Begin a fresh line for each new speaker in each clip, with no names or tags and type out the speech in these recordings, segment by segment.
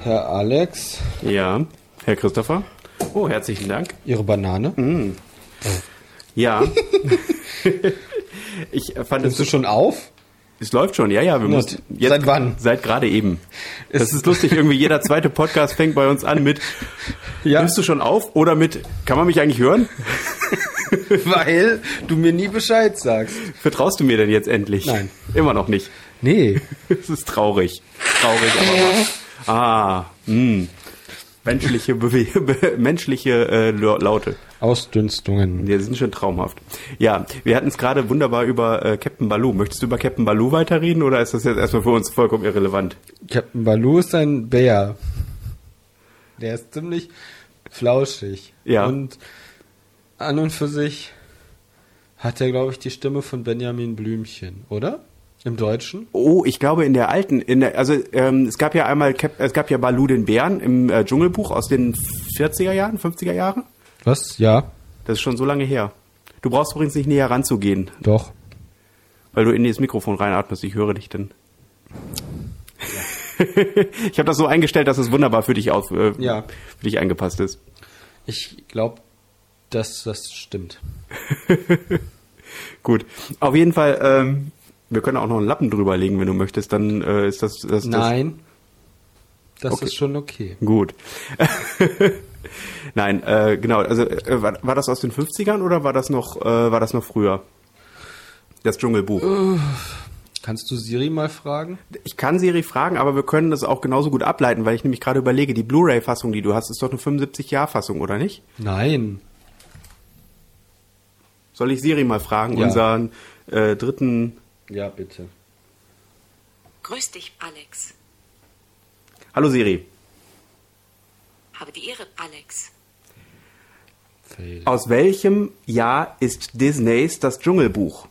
Herr Alex,
Ja, Herr Christopher. Oh, herzlichen Dank.
Ihre Banane.
Ja. ich äh, fand
Nimmst du
es.
schon auf?
Es läuft schon, ja, ja. Wir
Na,
mussten
seit wann?
Seit gerade eben. Das
Ist-
ist lustig, irgendwie jeder zweite Podcast fängt bei uns an mit
Ja.
Nimmst du schon auf oder mit Kann man mich eigentlich hören?
Weil du mir nie Bescheid sagst.
Vertraust du mir denn jetzt endlich?
Nein.
Immer noch nicht.
Nee.
Es ist traurig. Traurig, aber. Ah, mh. Menschliche, Bewe be menschliche äh, Lo- Laute.
Ausdünstungen.
Die sind schon traumhaft. Ja, wir hatten es gerade wunderbar über äh, Captain Baloo. Möchtest du über Captain Baloo weiterreden oder ist das jetzt erstmal für uns vollkommen irrelevant?
Captain Baloo ist ein Bär. Der ist ziemlich flauschig.
Ja.
Und an und für sich hat er, glaube ich, die Stimme von Benjamin Blümchen, oder? Im Deutschen?
Oh, ich glaube in der alten, in der, also ähm, es gab ja einmal, Cap, es gab ja Baloo den Bären im äh, Dschungelbuch aus den 40er Jahren, 50er Jahren.
Was? Ja,
Das ist schon so lange her. Du brauchst übrigens nicht näher ranzugehen,
doch.
weil du in dieses Mikrofon reinatmest. Ich höre dich dann. ich habe das so eingestellt, dass es wunderbar für dich auf, äh,
Ja.
für dich angepasst ist.
Ich glaube, dass das stimmt.
Gut. Auf jeden Fall, ähm, wir können auch noch einen Lappen drüber legen, wenn du möchtest. Dann äh, ist das. das
Nein. Das
Okay.
ist schon okay.
Das, gut. Nein, äh, genau. Also äh, war, war das aus den 50ern oder war das noch, äh, war das noch früher? Das Dschungelbuch.
Kannst du Siri mal fragen?
Ich kann Siri fragen, aber wir können das auch genauso gut ableiten, weil ich nämlich gerade überlege, die Blu-ray-Fassung, die du hast, ist doch eine 75-Jahr-Fassung, oder nicht?
Nein.
Soll ich Siri mal fragen,
Ja.
unseren äh, dritten.
Ja, bitte.
Grüß dich, Alex.
Hallo Siri.
Habe die Ehre, Alex.
Fail.
Aus welchem Jahr ist Disneys das Dschungelbuch?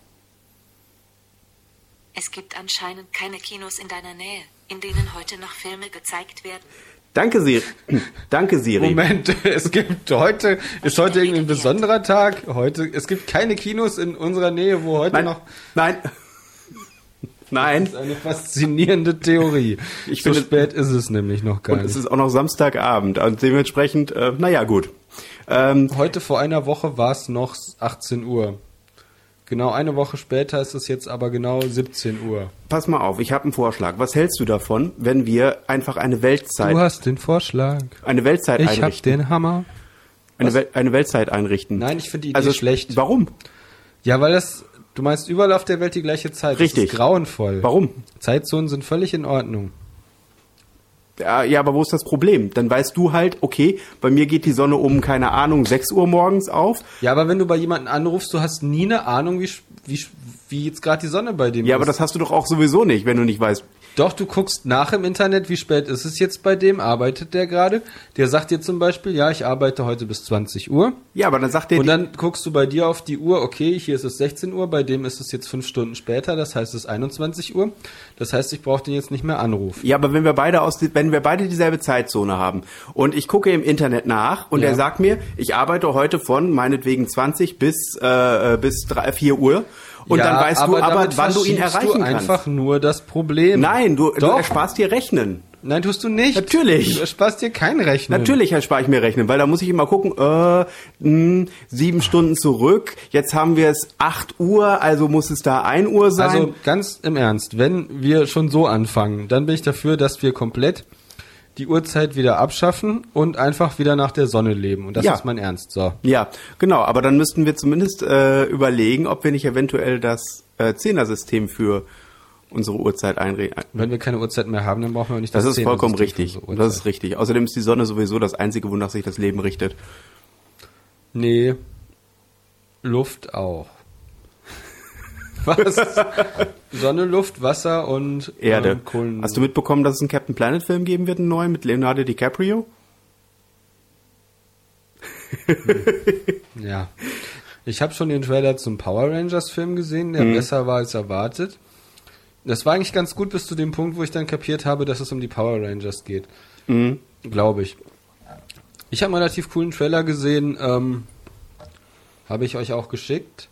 Es gibt anscheinend keine Kinos in deiner Nähe, in denen heute noch Filme gezeigt werden.
Danke, Siri. Danke, Siri.
Moment, es gibt heute, ist heute irgendein besonderer Tag? Heute, es gibt keine Kinos in unserer Nähe, wo heute
Nein,
noch.
nein. Nein.
Eine faszinierende Theorie.
Ich
so
finde-
spät ist es nämlich noch gar
Und es
nicht.
ist auch noch Samstagabend. Und dementsprechend, äh, naja, gut. Ähm,
Heute vor einer Woche war es noch 18 Uhr. Genau eine Woche später ist es jetzt aber genau 17 Uhr.
pass mal auf, ich habe einen Vorschlag. Was hältst du davon, wenn wir einfach eine Weltzeit,
Du hast den Vorschlag.
eine Weltzeit
Ich hab
einrichten?
den Hammer.
Eine, Wel eine Weltzeit einrichten.
Nein, ich finde die Idee
also,
schlecht.
Warum?
Ja, weil das, du meinst überall auf der Welt die gleiche Zeit.
Richtig.
Das ist grauenvoll.
Warum?
Zeitzonen sind völlig in Ordnung.
Ja, ja, aber wo ist das Problem? Dann weißt du halt, okay, bei mir geht die Sonne um, keine Ahnung, 6 Uhr morgens auf.
Ja, aber wenn du bei jemandem anrufst, du hast nie eine Ahnung, wie, sch- wie, sch- wie jetzt gerade die Sonne bei dem
Ja,
ist.
aber das hast du doch auch sowieso nicht, wenn du nicht weißt.
Doch, du guckst nach im Internet, wie spät ist es jetzt bei dem, arbeitet der gerade. Der sagt dir zum Beispiel, ja, ich arbeite heute bis 20 Uhr.
Ja, aber dann sagt der
Und dann guckst du bei dir auf die Uhr, okay, hier ist es 16 Uhr, bei dem ist es jetzt fünf Stunden später, das heißt es ist 21 Uhr. Das heißt, ich brauche den jetzt nicht mehr anrufen.
Ja, aber wenn wir beide aus, wenn wir beide dieselbe Zeitzone haben und ich gucke im Internet nach und
Ja.
er sagt mir, ich arbeite heute von meinetwegen 20 bis äh, äh, bis 3, 4 Uhr und
ja,
dann weißt du aber,
damit
wann du ihn
verschiebst
erreichen
du
kannst.
einfach nur das Problem.
Nein, du, du
Doch.
ersparst dir Rechnen.
Nein, tust du nicht.
Natürlich.
Du ersparst dir kein Rechnen.
Natürlich erspare ich mir Rechnen, weil da muss ich immer gucken, äh, mh, sieben Stunden zurück, jetzt haben wir es 8 Uhr, also muss es da 1 Uhr sein.
Also ganz im Ernst, wenn wir schon so anfangen, dann bin ich dafür, dass wir komplett die Uhrzeit wieder abschaffen und einfach wieder nach der Sonne leben. Und das
Ja.
ist mein Ernst. So.
Ja, genau, aber dann müssten wir zumindest äh, überlegen, ob wir nicht eventuell das äh, Zehner-System für unsere Uhrzeit einreden.
Wenn wir keine Uhrzeit mehr haben, dann brauchen wir auch nicht
Das, ist
Zehner-
vollkommen
System
richtig.
für unsere
Das
Uhrzeit.
ist richtig. Außerdem ist die Sonne sowieso das Einzige, wonach sich das Leben richtet.
Nee. Luft auch. Was? Sonne, Luft, Wasser und
Erde.
ähm, Kohlen.
Hast du mitbekommen, dass es einen Captain Planet-Film geben wird, einen neuen mit Leonardo DiCaprio?
Ja. Ich habe schon den Trailer zum Power Rangers Film gesehen, der besser war als erwartet. Das war eigentlich ganz gut bis zu dem Punkt, wo ich dann kapiert habe, dass es um die Power Rangers geht. Glaube ich. Ich habe einen relativ coolen Trailer gesehen, ähm, habe ich euch auch geschickt.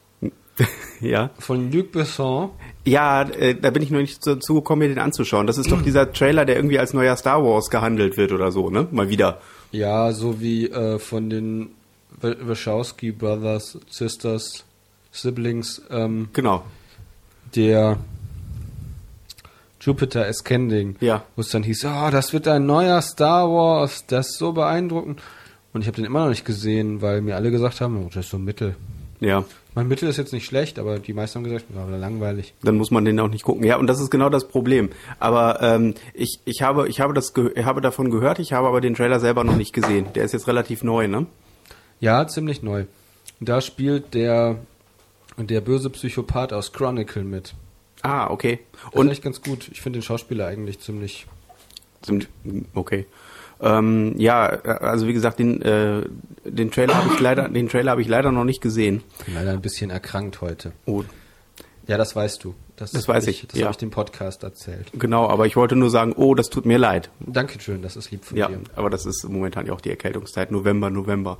ja.
von Luc Besson.
Ja, äh, da bin ich noch nicht dazu gekommen, mir den anzuschauen. Das ist doch dieser Trailer, der irgendwie als neuer Star Wars gehandelt wird oder so, ne? Mal wieder.
Ja, so wie äh, von den W- Wachowski Brothers, Sisters, Siblings, ähm,
Genau.
der Jupiter Ascending,
Ja.
wo es dann hieß, oh, das wird ein neuer Star Wars, das ist so beeindruckend. Und ich habe den immer noch nicht gesehen, weil mir alle gesagt haben, oh, das ist so Mittel.
Ja.
Mein Mittel ist jetzt nicht schlecht, aber die meisten haben gesagt, ja, aber langweilig.
Dann muss man den auch nicht gucken. Ja, und das ist genau das Problem. Aber ähm, ich, ich, habe, ich habe, das ge ich habe davon gehört, ich habe aber den Trailer selber noch nicht gesehen. Der ist jetzt relativ neu, ne?
Ja, ziemlich neu. Da spielt der, der böse Psychopath aus Chronicle mit.
Ah, okay.
Das und
Und
ist echt ganz gut. Ich finde den Schauspieler eigentlich ziemlich.
Sind- Okay. Ähm, ja, also wie gesagt, den, äh, den Trailer habe ich leider, den Trailer habe ich leider noch nicht gesehen.
Bin leider ein bisschen erkrankt heute.
Oh,
Ja, das weißt du.
Das weiß
hab
ich,
Das
ja.
habe ich dem Podcast erzählt.
genau, aber ich wollte nur sagen, oh, das tut mir leid.
Dankeschön, das ist lieb von
Ja,
dir.
aber das ist momentan ja auch die Erkältungszeit. November, November.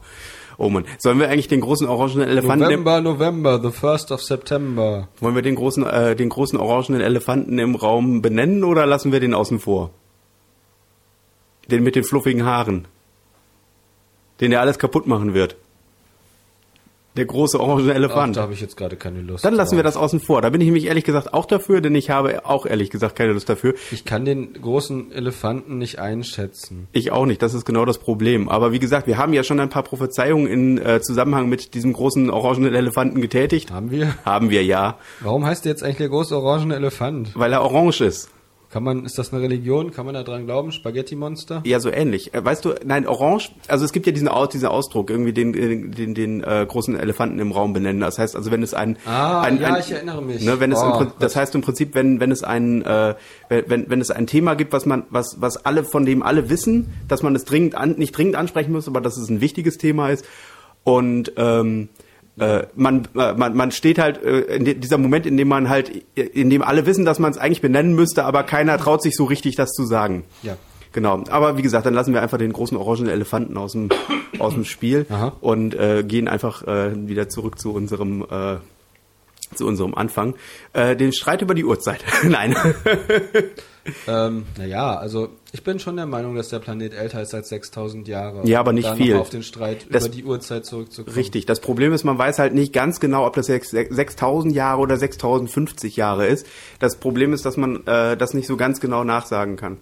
Oh man. Sollen wir eigentlich den großen orangenen Elefanten
November, November, the first of September.
im, wollen wir den großen, äh, den großen orangenen Elefanten im Raum benennen oder lassen wir den außen vor? Den mit den fluffigen Haaren. Den der alles kaputt machen wird. Der große orangene
Ach,
Elefant.
da Oh. habe ich jetzt gerade keine Lust.
Dann lassen wir
drauf.
das außen vor. Da bin ich nämlich ehrlich gesagt auch dafür, denn ich habe auch ehrlich gesagt keine Lust dafür.
Ich kann den großen Elefanten nicht einschätzen.
Ich auch nicht, das ist genau das Problem. Aber wie gesagt, wir haben ja schon ein paar Prophezeiungen in äh, Zusammenhang mit diesem großen orangenen Elefanten getätigt.
Haben wir?
Haben wir ja,
Warum heißt der jetzt eigentlich der große orangene Elefant?
weil er orange ist.
Kann man, ist das eine Religion? Kann man da dran glauben? Spaghetti-Monster?
Ja, so ähnlich. Äh, Weißt du, nein, orange, also es gibt ja diesen, Au- diesen Ausdruck, irgendwie den, den, den, den äh, großen Elefanten im Raum benennen. Das heißt, also wenn es ein...
Ah,
ein,
ja,
ein,
ich erinnere mich.
Ne, wenn es
Oh,
im Prin- das
Gott.
heißt im Prinzip, wenn, wenn, es ein, äh, wenn, wenn, wenn es ein Thema gibt, was, man, was, was alle, von dem alle wissen, dass man es dringend an, nicht dringend ansprechen muss, aber dass es ein wichtiges Thema ist und... Ähm, äh, man, äh, man, man steht halt äh, in de- dieser Moment, in dem man halt, in dem alle wissen, dass man es eigentlich benennen müsste, aber keiner traut sich so richtig, das zu sagen.
Ja.
Genau, aber wie gesagt, dann lassen wir einfach den großen orangenen Elefanten aus dem, aus dem Spiel
Aha.
und äh, gehen einfach äh, wieder zurück zu unserem, äh, zu unserem Anfang. Äh, den Streit über die Uhrzeit. Nein.
Ähm, naja, also ich bin schon der Meinung, dass der Planet älter ist als 6000 Jahre.
Ja, aber nicht
da noch
viel.
mal auf den Streit
Das-
über die Uhrzeit zurückzukommen.
Richtig. Das Problem ist, man weiß halt nicht ganz genau, ob das sechs- sech- 6000 Jahre oder 6050 Jahre ist. Das Problem ist, dass man äh, das nicht so ganz genau nachsagen kann.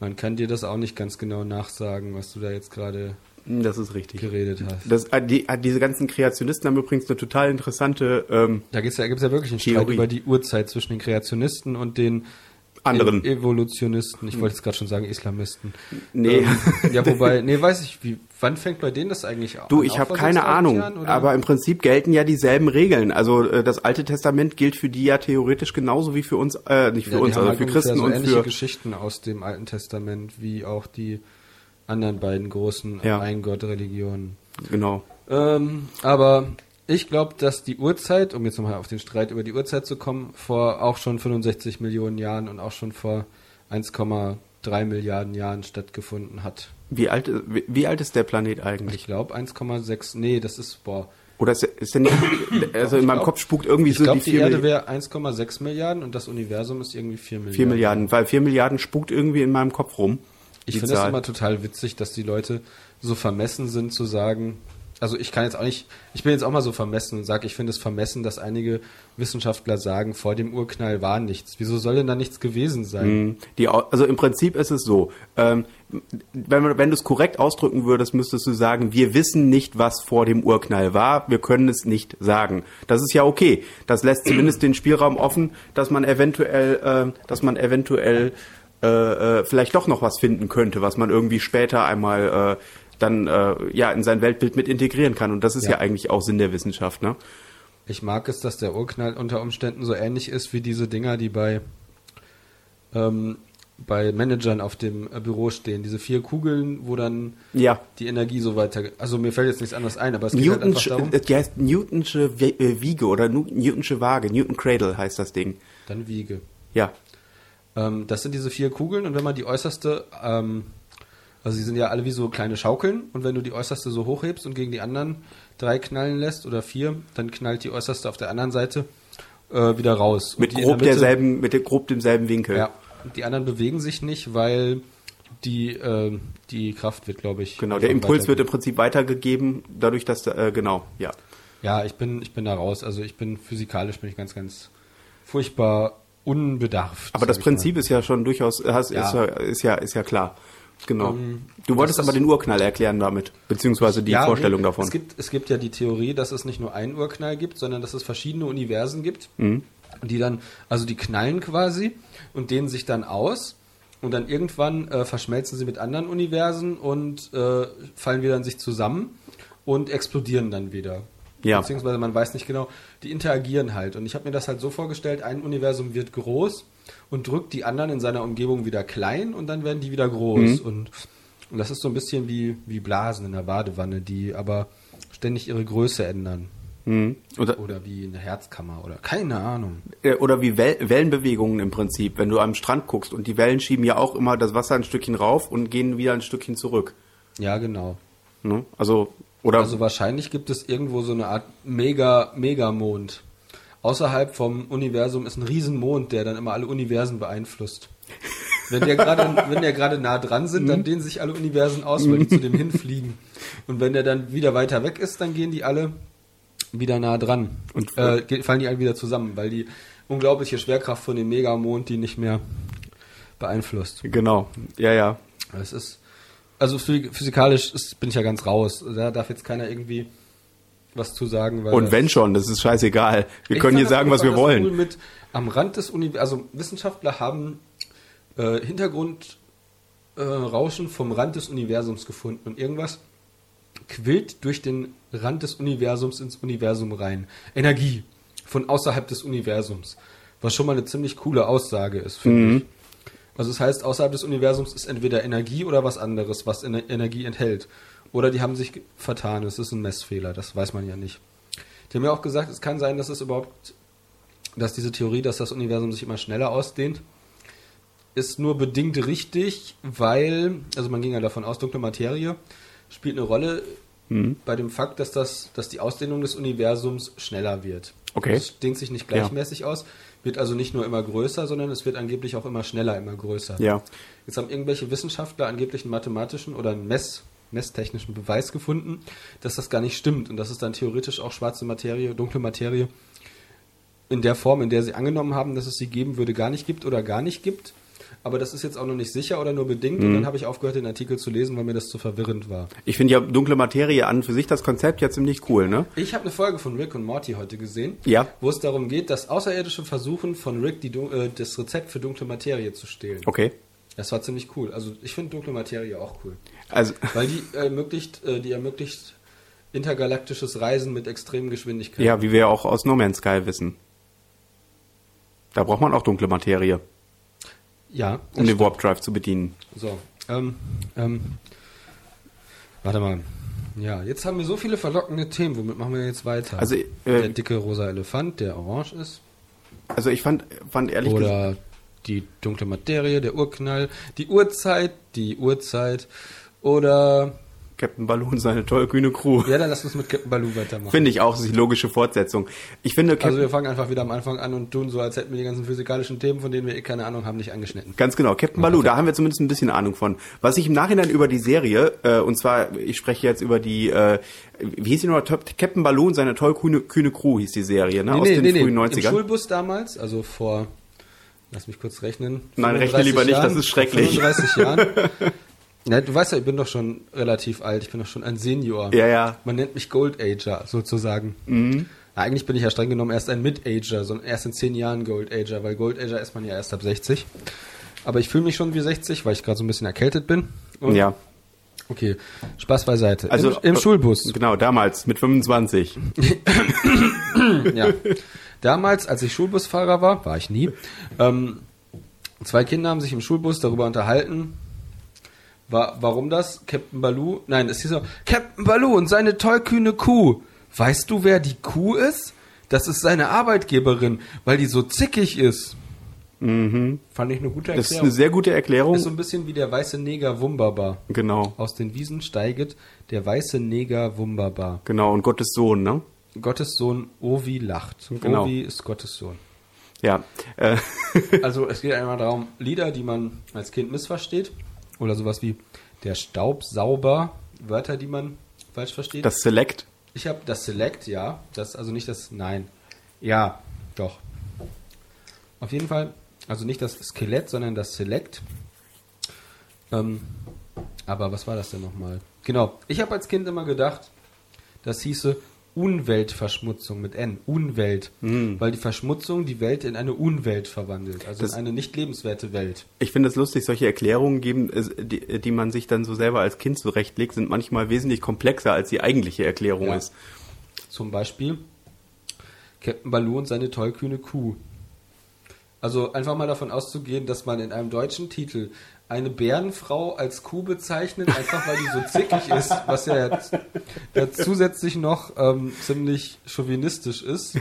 Man kann dir das auch nicht ganz genau nachsagen, was du da jetzt gerade
Das ist richtig.
geredet hast.
Das, äh, die, äh, diese ganzen Kreationisten haben übrigens eine total interessante ähm,
Da gibt's ja, gibt's ja wirklich einen Streit
Theorie.
über die Uhrzeit zwischen den Kreationisten und den
Anderen.
E- Evolutionisten. Ich wollte jetzt gerade schon sagen Islamisten.
Nee.
Ähm, ja, wobei, nee, weiß ich, wie, wann fängt bei denen das eigentlich an?
Du, ich
Auch
habe
von
keine
6000
Ahnung,
Jahren, oder?
aber im Prinzip gelten ja dieselben Regeln. Also äh, das Alte Testament gilt für die ja theoretisch genauso wie für uns, äh, nicht für
Ja, die
uns,
haben
aber
halt
für
ungefähr
Christen
so
und
ähnliche
für
Geschichten aus dem Alten Testament wie auch die anderen beiden großen
Ja.
Eingott-Religionen.
genau.
Ähm, aber ich glaube, dass die Uhrzeit, um jetzt nochmal auf den Streit über die Uhrzeit zu kommen, vor auch schon 65 Millionen Jahren und auch schon vor 1,3 Milliarden Jahren stattgefunden hat.
Wie alt, wie, wie alt ist der Planet eigentlich?
Ich glaube 1,6, nee, das ist, boah.
Oder ist, ist der nicht, also in meinem
glaub-
Kopf spukt irgendwie
Ich
so
glaube,
die
die,
4
Erde
Milliarden,
wäre 1,6 Milliarden und das Universum ist irgendwie 4 Milliarden.
4 Milliarden, weil 4 Milliarden spukt irgendwie in meinem Kopf rum.
Ich
die
finde das
Zahl.
immer total witzig, dass die Leute so vermessen sind zu sagen, also ich kann jetzt auch nicht, ich bin jetzt auch mal so vermessen und sage, ich finde es vermessen, dass einige Wissenschaftler sagen, vor dem Urknall war nichts. Wieso soll denn da nichts gewesen sein?
Die, au- also im Prinzip ist es so, ähm, wenn, man- wenn du es korrekt ausdrücken würdest, müsstest du sagen, wir wissen nicht, was vor dem Urknall war, wir können es nicht sagen. Das ist ja okay. Das lässt zumindest den Spielraum offen, dass man eventuell, äh, dass man eventuell äh, äh, vielleicht doch noch was finden könnte, was man irgendwie später einmal äh, dann äh, ja in sein Weltbild mit integrieren kann. Und das ist ja,
Ja.
eigentlich auch Sinn der Wissenschaft, ne?
Ich mag es, dass der Urknall unter Umständen so ähnlich ist wie diese Dinger, die bei, ähm, bei Managern auf dem äh, Büro stehen. Diese vier Kugeln, wo dann
Ja.
die Energie so weiter. Also mir fällt jetzt nichts anderes ein, aber es geht halt einfach
Newton's,
darum.
äh, die heißt Newtonsche We- äh, Wiege oder Nu- Newtonsche Waage, Newton Cradle heißt das Ding.
Dann wiege.
Ja,
Ähm, das sind diese vier Kugeln und wenn man die äußerste ähm, Also sie sind ja alle wie so kleine Schaukeln und wenn du die äußerste so hochhebst und gegen die anderen drei knallen lässt oder vier, dann knallt die äußerste auf der anderen Seite äh, wieder raus. Und
Mit
die in
grob
der Mitte-
derselben, mit dem- grob demselben Winkel.
Ja, und die anderen bewegen sich nicht, weil die, äh, die Kraft wird, glaube ich.
Genau, der
schon
Impuls wird
weitergegeben.
im Prinzip weitergegeben, dadurch, dass da, äh, genau, ja.
Ja, ich bin, ich bin da raus. Also ich bin physikalisch bin ich ganz, ganz furchtbar unbedarft.
Aber das
sag ich
Prinzip ist ja schon durchaus, äh, hast,
Ja.
Ist, ja, ist ja, ist ja klar. Genau. du wolltest aber den Urknall erklären damit, beziehungsweise Also die
mal. Ja,
Vorstellung
nee,
davon.
Es gibt, es gibt ja die Theorie, dass es nicht nur einen Urknall gibt, sondern dass es verschiedene Universen gibt,
Mhm.
die dann, also die knallen quasi und dehnen sich dann aus. Und dann irgendwann äh, verschmelzen sie mit anderen Universen und äh, fallen wieder in sich zusammen und explodieren dann wieder.
Ja.
Beziehungsweise man weiß nicht genau, die interagieren halt. Und ich habe mir das halt so vorgestellt, ein Universum wird groß und drückt die anderen in seiner Umgebung wieder klein und dann werden die wieder groß. Und, und das ist so ein bisschen wie, wie Blasen in der Badewanne, die aber ständig ihre Größe ändern.
Mhm. Oder,
Oder wie eine Herzkammer oder keine Ahnung.
äh, oder wie Wel Wellenbewegungen im Prinzip, wenn du am Strand guckst und die Wellen schieben ja auch immer das Wasser ein Stückchen rauf und gehen wieder ein Stückchen zurück.
Ja, genau.
Ne? Also, oder,
Also wahrscheinlich gibt es irgendwo so eine Art Mega, Megamond. Außerhalb vom Universum ist ein Riesenmond, der dann immer alle Universen beeinflusst. Wenn der gerade, wenn der gerade nah dran sind, dann dehnen sich alle Universen aus, weil die zu dem hinfliegen. Und wenn der dann wieder weiter weg ist, dann gehen die alle wieder nah dran und äh, ge- fallen die alle wieder zusammen, weil die unglaubliche Schwerkraft von dem Megamond die nicht mehr beeinflusst.
genau, ja, ja.
Es ist, also physi- physikalisch ist, bin ich ja ganz raus. Da darf jetzt keiner irgendwie was zu sagen. Weil
Und
das-
wenn schon, das ist scheißegal. Wir
Äh, Ich
können
fand
hier
das
sagen, was wir
einfach das Cool
wollen.
mit am Rand des Universums, also Wissenschaftler haben äh, Hintergrund äh, Rauschen vom Rand des Universums gefunden und irgendwas quillt durch den Rand des Universums ins Universum rein. Energie von außerhalb des Universums. Was schon mal eine ziemlich coole Aussage ist, finde
Mhm.
ich. Also es heißt, außerhalb des Universums ist entweder Energie oder was anderes, was Ener- Energie enthält. Oder die haben sich ge- vertan, es ist ein Messfehler, das weiß man ja nicht. Die haben ja auch gesagt, es kann sein, dass es überhaupt, dass diese Theorie, dass das Universum sich immer schneller ausdehnt, ist nur bedingt richtig, weil, also man ging ja davon aus, dunkle Materie spielt eine Rolle bei dem Fakt, dass, das, dass die Ausdehnung des Universums schneller wird.
Okay.
Es dehnt sich nicht gleichmäßig aus, wird also nicht nur immer größer, sondern es wird angeblich auch immer schneller, immer größer.
Ja.
Jetzt haben irgendwelche Wissenschaftler angeblich einen mathematischen oder einen Mess, messtechnischen Beweis gefunden, dass das gar nicht stimmt und dass es dann theoretisch auch schwarze Materie, dunkle Materie in der Form, in der sie angenommen haben, dass es sie geben würde, gar nicht gibt oder gar nicht gibt. Aber das ist jetzt auch noch nicht sicher oder nur bedingt. Und dann habe ich aufgehört, den Artikel zu lesen, weil mir das zu verwirrend war.
Ich finde ja dunkle Materie an für sich das Konzept ja ziemlich cool, ne?
Ich habe eine Folge von Rick und Morty heute gesehen,
Ja.
wo es darum geht, dass Außerirdische versuchen, von Rick die, dun- äh, das Rezept für dunkle Materie zu stehlen.
Okay.
Das war ziemlich cool. Also ich finde dunkle Materie auch cool.
Also,
Weil die ermöglicht, äh, die ermöglicht intergalaktisches Reisen mit extremen Geschwindigkeiten.
ja, wie wir ja auch aus No Man's Sky wissen. Da braucht man auch dunkle Materie,
Ja.
um den Warp Drive zu bedienen.
So. Ähm, ähm, warte mal. Ja, jetzt haben wir so viele verlockende Themen. Womit machen wir jetzt weiter?
Also, äh,
der dicke rosa Elefant, der orange ist.
Also ich fand, fand ehrlich gesagt,
Oder die dunkle Materie, der Urknall, die Uhrzeit, die Uhrzeit. Oder.
Captain Balloon und seine tollkühne Crew.
Ja, dann lass uns mit Captain Baloo weitermachen.
Finde ich auch, ist die logische Fortsetzung. Ich finde, Captain,
also wir fangen einfach wieder am Anfang an und tun so, als hätten wir die ganzen physikalischen Themen, von denen wir eh keine Ahnung haben, nicht angeschnitten.
Ganz genau, Captain Baloo, da haben wir zumindest ein bisschen Ahnung von. Was ich im Nachhinein über die Serie, äh, und zwar, ich spreche jetzt über die, äh, wie hieß die noch, Top- Captain Baloo und seine tollkühne kühne Crew hieß die Serie, ne? Aus den frühen
Im
90ern.
Schulbus damals, also vor, lass mich kurz rechnen.
Nein, rechne
35
lieber nicht,
Jahren,
das ist schrecklich.
vor 35 Jahren. Na, du weißt ja, ich bin doch schon relativ alt, ich bin doch schon ein Senior.
Ja, ja. Mhm.
Man nennt mich Gold Ager sozusagen. Na, eigentlich bin ich ja streng genommen erst ein Mid-Ager, sondern erst in 10 Jahren Gold Ager, weil Gold Ager ist man ja erst ab 60. Aber ich fühle mich schon wie 60, weil ich gerade so ein bisschen erkältet bin. Und-
Ja,
Okay, Spaß beiseite.
also.
Im, im
äh,
Schulbus.
Genau, damals, mit 25.
Ja. Damals, als ich Schulbusfahrer war, war ich nie, ähm, zwei Kinder haben sich im Schulbus darüber unterhalten, wa warum das Captain Baloo, nein, es hieß auch, Captain Baloo und seine tollkühne Kuh. Weißt du, wer die Kuh ist? Das ist seine Arbeitgeberin, weil die so zickig ist. Fand ich eine gute Erklärung.
Mhm. Das ist eine sehr gute Erklärung.
Ist so ein bisschen wie der weiße Neger Wumbaba.
Genau,
Aus den Wiesen steiget der weiße Neger Wumbaba.
genau. Und Gottes Sohn, ne?
Gottes Sohn Ovi lacht.
Genau.
Ovi ist Gottes Sohn.
Ja. Äh,
Also es geht einmal darum, Lieder, die man als Kind missversteht. Oder sowas wie der Staubsauber. Wörter, die man falsch versteht.
das Select.
Ich habe das Select, ja. Das, also nicht das Nein. Ja, doch. Auf jeden Fall, also nicht das Skelett, sondern das Select. Ähm, aber was war das denn nochmal? Genau, ich habe als Kind immer gedacht, das hieße Unweltverschmutzung mit N, Unwelt, weil die Verschmutzung die Welt in eine Unwelt verwandelt, also
Das-
in eine nicht lebenswerte Welt.
Ich finde es lustig, solche Erklärungen geben, äh, die, die man sich dann so selber als Kind zurechtlegt, sind manchmal wesentlich komplexer, als die eigentliche Erklärung
Ja.
ist.
Zum Beispiel Captain Baloo und seine tollkühne Kuh. Also einfach mal davon auszugehen, dass man in einem deutschen Titel eine Bärenfrau als Kuh bezeichnet, einfach weil die so zickig ist, was ja jetzt ja zusätzlich noch ähm, ziemlich chauvinistisch ist.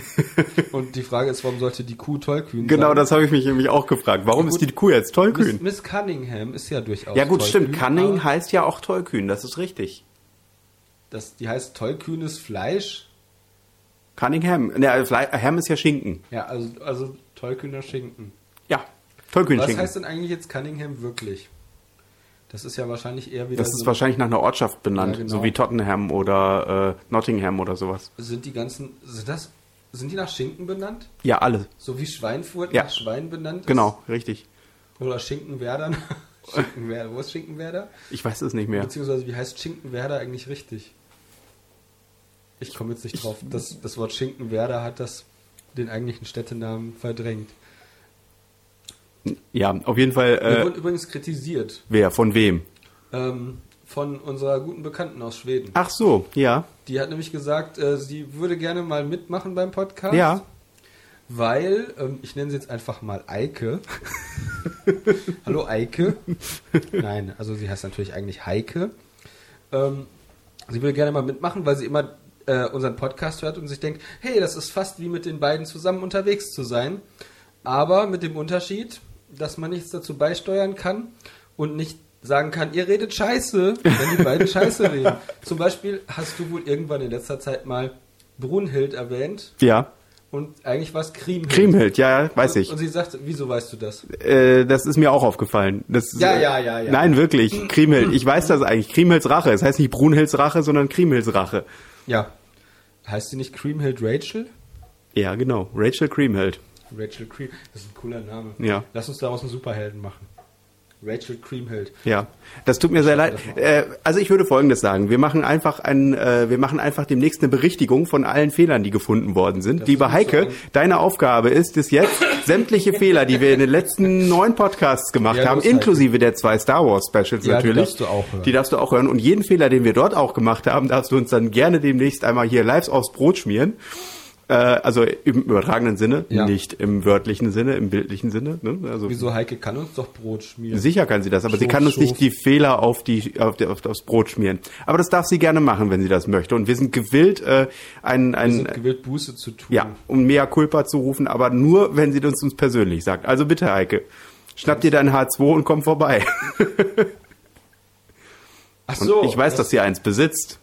Und die Frage ist, warum sollte die Kuh tollkühn sein?
Genau, das habe ich mich nämlich auch gefragt. Warum ist die Kuh jetzt
Miss,
tollkühn?
Miss Cunningham ist ja durchaus
Ja gut, stimmt.
tollkühn,
Cunning
aber
heißt ja auch tollkühn, das ist richtig.
Das, die heißt tollkühnes Fleisch.
Cunningham. Ja, Fle- Ham ist ja Schinken.
Ja, also, also tollkühner Schinken.
Ja, tollkühn
Was
Schinken.
heißt denn eigentlich jetzt Cunningham wirklich? Das ist ja wahrscheinlich eher wieder.
das ist
so,
wahrscheinlich nach einer Ortschaft benannt,
Ja, genau.
so wie Tottenham oder äh, Nottingham oder sowas.
sind die ganzen. Sind, das, sind die nach Schinken benannt?
Ja, alle.
So wie Schweinfurt
Ja.
nach Schwein benannt
Genau, richtig.
ist? Oder Schinkenwerder? nach- Schinkenwerder. Wo ist Schinkenwerder?
Ich weiß es nicht mehr.
Beziehungsweise wie heißt Schinkenwerder eigentlich richtig? Ich komme jetzt nicht drauf. Das, das Wort Schinkenwerder hat das den eigentlichen Städtenamen verdrängt.
Ja, auf jeden Fall.
Wir
Äh,
wurden übrigens kritisiert
wer? Von wem?
ähm, von unserer guten Bekannten aus Schweden.
Ach so, ja.
Die hat nämlich gesagt, äh, sie würde gerne mal mitmachen beim Podcast.
Ja.
Weil, ähm, ich nenne sie jetzt einfach mal Eike. Hallo Eike. Nein, also sie heißt natürlich eigentlich Heike. Ähm, sie würde gerne mal mitmachen, weil sie immer äh, unseren Podcast hört und sich denkt, hey, das ist fast wie mit den beiden zusammen unterwegs zu sein. Aber mit dem Unterschied, dass man nichts dazu beisteuern kann und nicht sagen kann, ihr redet scheiße, wenn die beiden scheiße reden. Zum Beispiel hast du wohl irgendwann in letzter Zeit mal Brunhild erwähnt
Ja.
und eigentlich war es Kriemhild.
Kriemhild, ja, ja, weiß ich.
Und sie sagte, wieso weißt du das?
Äh, das ist mir auch aufgefallen. Das, äh,
Ja, ja, ja, ja.
Nein, wirklich. Kriemhild. Ich weiß das eigentlich. Kriemhilds Rache. Es heißt nicht Brunhilds Rache, sondern Kriemhilds Rache.
Ja. Heißt sie nicht Kriemhild Rachel?
Ja, genau. Rachel Kriemhild.
Rachel Cream. Das ist ein cooler Name.
Ja.
Lass uns daraus einen Superhelden machen. Rachel Creamhild.
Ja, das tut mir sehr leid. Äh, also ich würde Folgendes sagen: Wir machen einfach ein, äh, wir machen einfach demnächst eine Berichtigung von allen Fehlern, die gefunden worden sind. Liebe
klingt so
Heike,
an-
deine Aufgabe ist es jetzt, sämtliche Fehler, die wir in den letzten neun Podcasts gemacht
Ja,
haben,
los, Heike.
inklusive der zwei Star Wars Specials
Ja, die
natürlich,
darfst du auch hören.
die darfst du auch hören. Und jeden Fehler, den wir dort auch gemacht haben, darfst du uns dann gerne demnächst einmal hier live aufs Brot schmieren. Äh, also im übertragenen Sinne,
Ja.
nicht im wörtlichen Sinne, im bildlichen Sinne. Ne? Also
Wieso Heike kann uns doch Brot schmieren?
Sicher kann sie das, aber sie
Schuf,
kann uns
schuf.
nicht die Fehler auf die, auf die auf, aufs Brot schmieren. Aber das darf sie gerne machen, wenn sie das möchte. Und wir sind gewillt, äh, ein,
Wir
ein
sind gewillt, Buße zu tun.
ja, um mea culpa zu rufen, aber nur, wenn sie uns uns persönlich sagt. Also bitte, Heike, schnapp dir dein H2 und komm vorbei.
Ach
Und ich weiß, dass sie eins besitzt.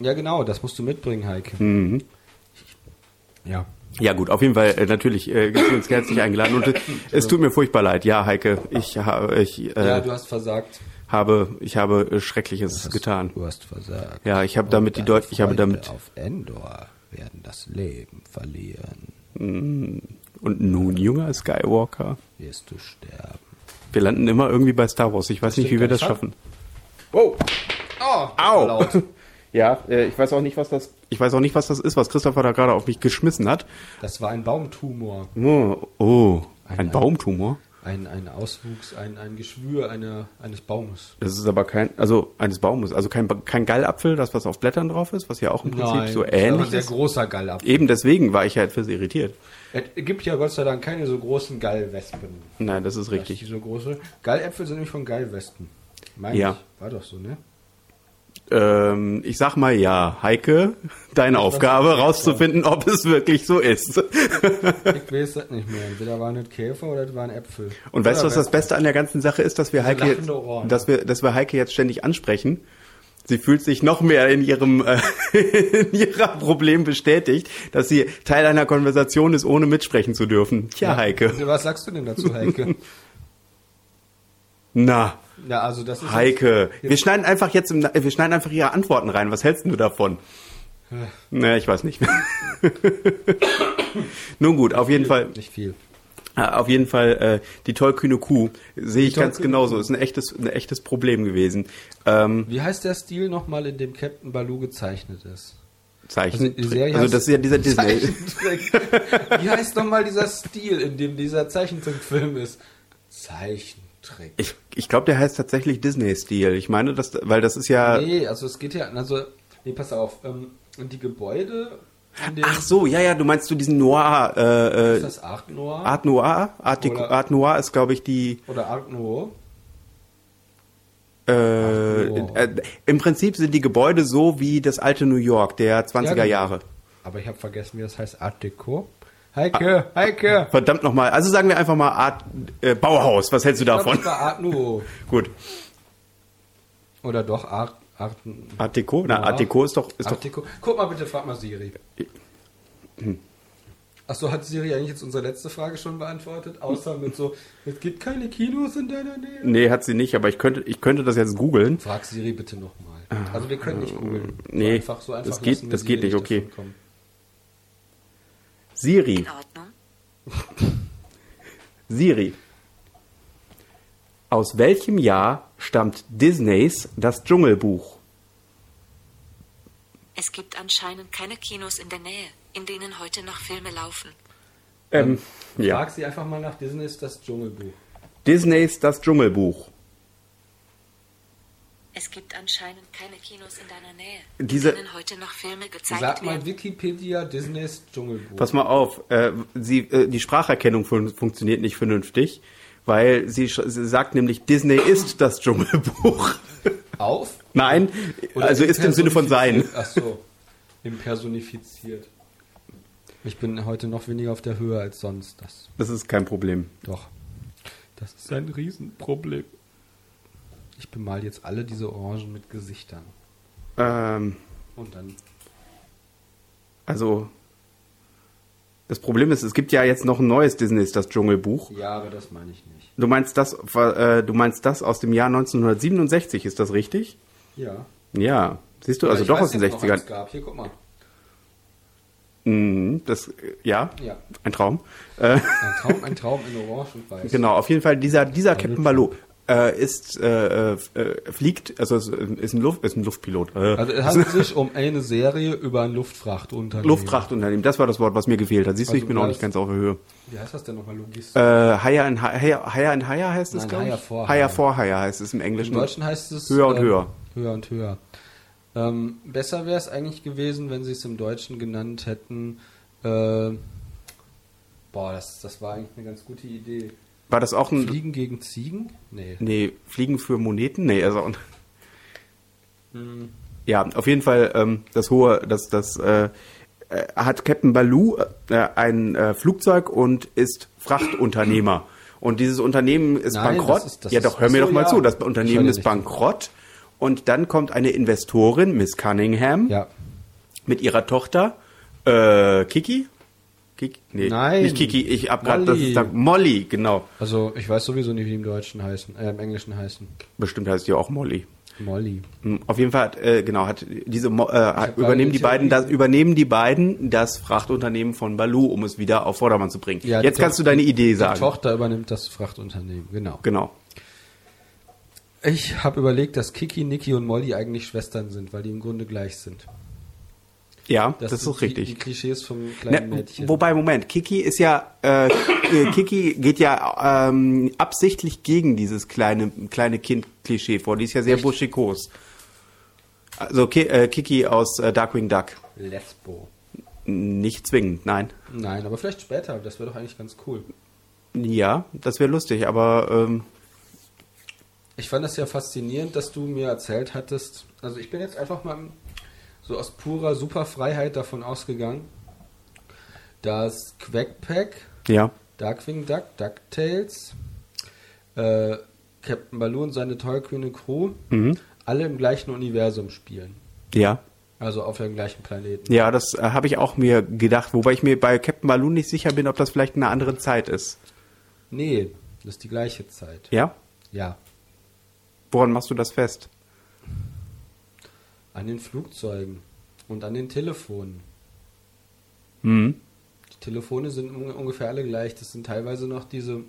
Ja, genau, das musst du mitbringen, Heike.
Mhm.
Ja.
Ja gut, auf jeden Fall äh, natürlich äh, sind uns herzlich eingeladen und äh, es tut mir furchtbar leid. Ja, Heike, ich, ha ich,
Ja,
äh,
du hast versagt.
habe ich habe äh, Schreckliches getan.
Du hast versagt.
Ja, ich habe damit die Deut ich habe damit
Auf Endor werden das Leben verlieren.
und nun junger Skywalker.
Wirst du sterben.
Wir landen immer irgendwie bei Star Wars. Ich weiß nicht, wie wir
stimmt
das
gar nicht.
schaffen.
Wow. Oh, das war laut.
Ja, äh, ich weiß auch nicht, was das. Ich weiß auch nicht, was das ist, was Christopher da gerade auf mich geschmissen hat.
Das war ein Baumtumor.
Oh, oh ein,
Ein- ein-
Baumtumor.
Ein, ein Auswuchs, ein, ein Geschwür einer, eines Baumes.
Das ist aber kein, also eines Baumes, also kein, Ba- kein Gallapfel, das was auf Blättern drauf ist, was ja auch im Prinzip so
das ist aber
ähnlich
ein sehr
ist.
großer Gall ab.
Eben deswegen war ich ja etwas irritiert.
Es gibt ja Gott sei Dank keine so großen Gallwespen.
Nein, das ist richtig.
Diese große. Galläpfel sind nämlich von Gallwespen. Mein
Ja.
ich. War doch so, ne?
Ähm, ich sag mal ja, Heike, deine Aufgabe, rauszufinden, ob es wirklich so ist.
Ich weiß das nicht mehr. Entweder waren das Käfer oder das waren Äpfel.
Und weißt
Oder
du, was das
Wespen.
Beste an der ganzen Sache ist, dass wir Heike, jetzt,
lachende Ohren.
dass wir, dass wir Heike jetzt ständig ansprechen. Sie fühlt sich noch mehr in ihrem äh, in ihrer Problem bestätigt, dass sie Teil einer Konversation ist, ohne mitsprechen zu dürfen. Tja, Heike.
Also, Was sagst du denn dazu, Heike?
Na,
Ja, also das ist.
Heike. Wir schneiden einfach jetzt im, Na- wir schneiden einfach ihre Antworten rein. Was hältst du davon? Naja, ich weiß nicht. Nun gut, auf jeden Fall.
Nicht viel.
Ah, Auf jeden Fall, äh, die tollkühne Kuh sehe ich ganz
tollkühne
genauso. Ist ein echtes, ein echtes Problem gewesen. Ähm,
Wie heißt der Stil nochmal, in dem Captain Baloo gezeichnet ist?
Zeichen.
die
Also,
Serie heißt-
das ist ja dieser Disney.
Zeichentrick. Wie heißt nochmal dieser Stil, in dem dieser Zeichentrickfilm ist? Zeichentrick.
Ich, ich glaube, der heißt tatsächlich Disney-Stil. Ich meine, das, weil das ist ja.
Nee, also es geht ja, also, nee, pass auf, ähm, und die Gebäude, in dem
Ach so, ja, ja. Du meinst du diesen Noir? Äh,
ist
äh,
das Art Noir
Art Noir? Art, Deco-
Oder-
Art Noir ist, glaube ich, die.
oder Art Nouveau?
Äh,
Noir.
äh, Im Prinzip sind die Gebäude so wie das alte New York der 20er
genau.
Jahre.
Aber ich habe vergessen, wie das heißt, Art Deco. Heike, Heike!
Verdammt nochmal. Also sagen wir einfach mal Art äh, Bauhaus. Was hältst du
Ich glaub,
davon?
das war Art Nouveau.
Gut.
Oder doch Art, Art,
Art Deco? Na, Art Deco ist doch. Ist doch Hm.
Art Deco. Guck mal bitte, frag mal Siri. Achso, hat Siri eigentlich jetzt unsere letzte Frage schon beantwortet? Außer mit so, es gibt keine Kinos in deiner Nähe.
Nee, hat sie nicht, aber ich könnte, ich könnte das jetzt googeln.
Frag Siri bitte nochmal. Also wir können nicht googeln.
Ah, äh, nee,
so einfach, so einfach
das geht-
lassen wir
das
Siri
geht nicht, okay.
davon kommen.
Siri,
In Ordnung.
Siri. Aus welchem Jahr stammt Disneys Das Dschungelbuch?
Es gibt anscheinend keine Kinos in der Nähe, in denen heute noch Filme laufen.
Ähm, ja.
Frag sie einfach mal nach Disney ist das Dschungelbuch.
Disneys Das Dschungelbuch.
Es gibt anscheinend keine Kinos in deiner Nähe,
Diese-
in denen heute noch Filme gezeigt
Sag mal
werden.
Wikipedia Disneys Dschungelbuch.
Pass mal auf, äh, sie, äh, die Spracherkennung fun funktioniert nicht vernünftig, weil sie, sch- sie sagt nämlich, Disney ist das Dschungelbuch.
Auf?
Nein,
Oder
also ist im Sinne von sein.
Ach so, impersonifiziert. Ich bin heute noch weniger auf der Höhe als sonst. Das
Das ist kein Problem.
doch. Das ist ein Riesenproblem. Ich bemal jetzt alle diese Orangen mit Gesichtern.
Ähm,
Und dann.
Also, das Problem ist, es gibt ja jetzt noch ein neues Disneys, das Dschungelbuch.
Ja, aber das meine ich nicht.
Du meinst das, äh, du meinst das aus dem Jahr 1967, ist das richtig?
Ja.
Ja. Siehst du, also
Ich
doch aus
weiß
den
jetzt noch, was es
60ern.
gab. Hier, guck mal.
Mhm, das, äh, ja,
Ja.
ein Traum. Äh,
Ein Traum, ein Traum in Orange und Weiß.
genau, auf jeden Fall, dieser, dieser Captain Baloo äh, ist, äh, äh, fliegt, also ist, ist, ein, Luft, ist ein Luftpilot. Äh,
Also es handelt sich um eine Serie über ein Luftfrachtunternehmen.
Luftfrachtunternehmen, das war das Wort, was mir gefehlt hat. Siehst du,
Also
ich bin
du
auch nicht
hast-
ganz auf der Höhe.
Wie heißt das denn nochmal logistisch?
Äh, Higher and Hi- Higher, Higher and Higher heißt es,
Nein,
glaube ich.
Higher for
Higher
Higher.
for Higher heißt es im Englischen.
Im Deutschen heißt es
Höher und
ähm,
höher.
Höher und höher. Ähm, besser wäre es eigentlich gewesen, wenn sie es im Deutschen genannt hätten. Äh, boah, das, das war eigentlich eine ganz gute Idee.
War das auch ein.
Fliegen gegen Ziegen? Nee.
Nee, Fliegen für Moneten? Nee, also.
Hm.
Ja, auf jeden Fall ähm, das hohe, das, das äh, äh, hat Captain Baloo äh, ein äh, Flugzeug und ist Frachtunternehmer. Und dieses Unternehmen ist
Nein,
bankrott.
das ist- das
ja,
ist-
doch, hör mir
Ach so,
doch mal
ja.
zu. Das
Ich höre
Unternehmen
dir
ist
nicht zu.
bankrott. Und dann kommt eine Investorin, Miss Cunningham,
Ja.
mit ihrer Tochter äh, Kiki. Kiki? Nee,
Nein.
nicht Kiki. Ich hab grad, das
Molly.
ist da, Molly, genau.
Also ich weiß sowieso nicht, wie die im Deutschen heißen, äh, im Englischen heißen.
Bestimmt heißt die auch Molly.
Molly.
Hm, Auf jeden Fall hat, äh, genau hat diese Mo- äh,
hab
übernehmen die
gerade
beiden
die
das
Theorie.
übernehmen die beiden das Frachtunternehmen von Balu, um es wieder auf Vordermann zu bringen.
Ja,
Jetzt
die
kannst du
Tochter-
deine Idee
Die
sagen.
Tochter übernimmt das Frachtunternehmen, genau.
Genau.
Ich habe überlegt, dass Kiki, Niki und Molly eigentlich Schwestern sind, weil die im Grunde gleich sind.
Ja, das,
Das,
ist
sind
auch
die, Die
richtig.
Klischees vom kleinen
Ne,
Mädchen.
wobei Moment, Kiki ist ja äh, äh, Kiki geht ja ähm, absichtlich gegen dieses kleine kleine Kind Klischee vor. Die ist ja sehr buschikos. Also Ki äh, Kiki aus äh, Darkwing Duck
Lesbo.
nicht zwingend, nein.
Nein, aber vielleicht später. Das wäre doch eigentlich ganz cool.
Ja, das wäre lustig, aber ähm,
Ich fand das ja faszinierend, dass du mir erzählt hattest. Also ich bin jetzt einfach mal so aus purer Superfreiheit davon ausgegangen, dass Quackpack,
Ja.
Darkwing Duck, DuckTales, äh, Captain Baloo und seine tollkühne Crew
Mhm.
alle im gleichen Universum spielen.
Ja.
Also auf dem gleichen Planeten.
Ja, das äh, habe ich auch mir gedacht, wobei ich mir bei Captain Baloo nicht sicher bin, ob das vielleicht eine andere Zeit ist.
Nee, das ist die gleiche Zeit.
Ja?
Ja.
Woran machst du das fest?
An den Flugzeugen und an den Telefonen.
Mhm.
Die Telefone sind un- ungefähr alle gleich. Das sind teilweise noch diese,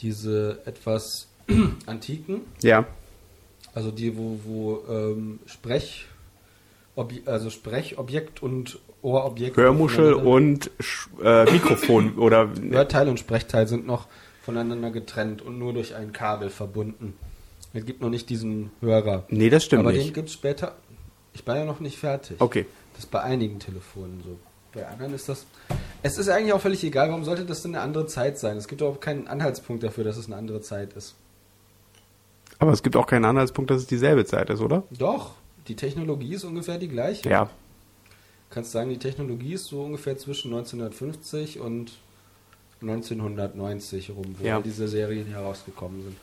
diese etwas antiken,
Ja.
also die, wo, wo ähm, Sprech, Ob- also Sprechobjekt und Ohrobjekt.
Hörmuschel
voneinander-
und Sch äh, Mikrofon oder
Hörteil und Sprechteil sind noch voneinander getrennt und nur durch ein Kabel verbunden. Es gibt noch nicht diesen Hörer.
Nee, das stimmt
Aber den
nicht.
gibt es später. Ich war ja noch nicht fertig.
Okay.
Das ist bei einigen Telefonen so. Bei anderen ist das. Es ist eigentlich auch völlig egal, warum sollte das denn eine andere Zeit sein? Es gibt überhaupt keinen Anhaltspunkt dafür, dass es eine andere Zeit ist.
Aber es gibt auch keinen Anhaltspunkt, dass es dieselbe Zeit ist, oder?
Doch, die Technologie ist ungefähr die gleiche.
Ja.
Kannst sagen, die Technologie ist so ungefähr zwischen 1950 und 1990 rum, wo
Ja.
all diese Serien herausgekommen sind.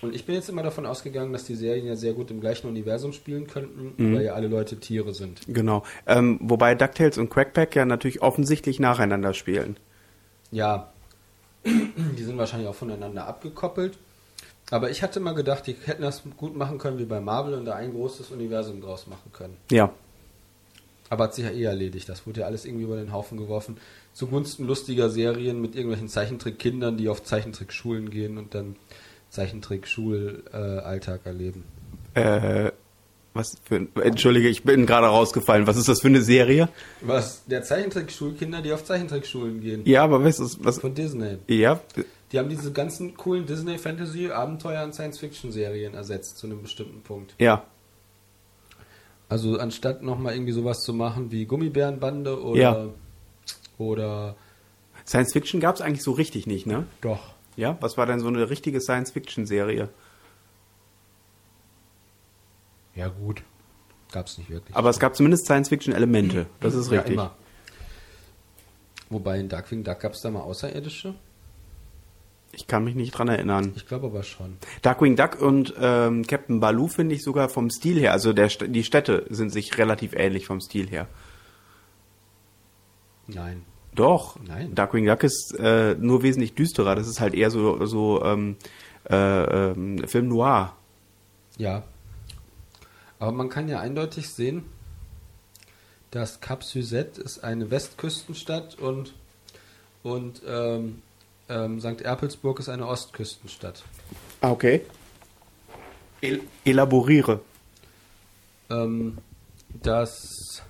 Und ich bin jetzt immer davon ausgegangen, dass die Serien ja sehr gut im gleichen Universum spielen könnten, weil ja alle Leute Tiere sind.
Genau. Ähm, wobei DuckTales und Quackpack ja natürlich offensichtlich nacheinander spielen.
Ja, die sind wahrscheinlich auch voneinander abgekoppelt. Aber ich hatte mal gedacht, die hätten das gut machen können wie bei Marvel und da ein großes Universum draus machen können.
Ja.
Aber hat sich ja eh erledigt. Das wurde ja alles irgendwie über den Haufen geworfen. Zugunsten lustiger Serien mit irgendwelchen Zeichentrickkindern, die auf Zeichentrickschulen gehen und dann Zeichentrickschulalltag erleben.
Äh, was für ein, Entschuldige, ich bin gerade rausgefallen. Was ist das für eine Serie?
Was? Der Zeichentrickschulkinder, die auf Zeichentrickschulen gehen.
Ja, aber was ist was?
Von Disney.
Ja,
Die haben diese ganzen coolen Disney-Fantasy-Abenteuer und Science-Fiction-Serien ersetzt zu einem bestimmten Punkt.
ja,
Also anstatt nochmal irgendwie sowas zu machen wie Gummibärenbande oder
Ja.
oder
Science Fiction gab es eigentlich so richtig nicht, ne?
doch.
Ja, was war denn so eine richtige Science Fiction Serie?
Ja gut. Gab's nicht wirklich.
Aber es gab zumindest Science Fiction Elemente. Das ist richtig.
Ja, immer. Wobei in Darkwing Duck gab's da mal Außerirdische?
Ich kann mich nicht dran erinnern.
Ich glaube aber schon.
Darkwing Duck und ähm, Captain Baloo finde ich sogar vom Stil her, also der, St- die Städte sind sich relativ ähnlich vom Stil her.
Nein.
Doch.
Nein.
Darkwing Duck ist äh, nur wesentlich düsterer. Das ist halt eher so, so ähm, äh, ähm, Film Noir.
Ja. Aber man kann ja eindeutig sehen, dass Cap Suzette ist eine Westküstenstadt und und ähm, ähm, St. Erpelsburg ist eine Ostküstenstadt.
Ah, okay. El elaboriere.
ähm, dass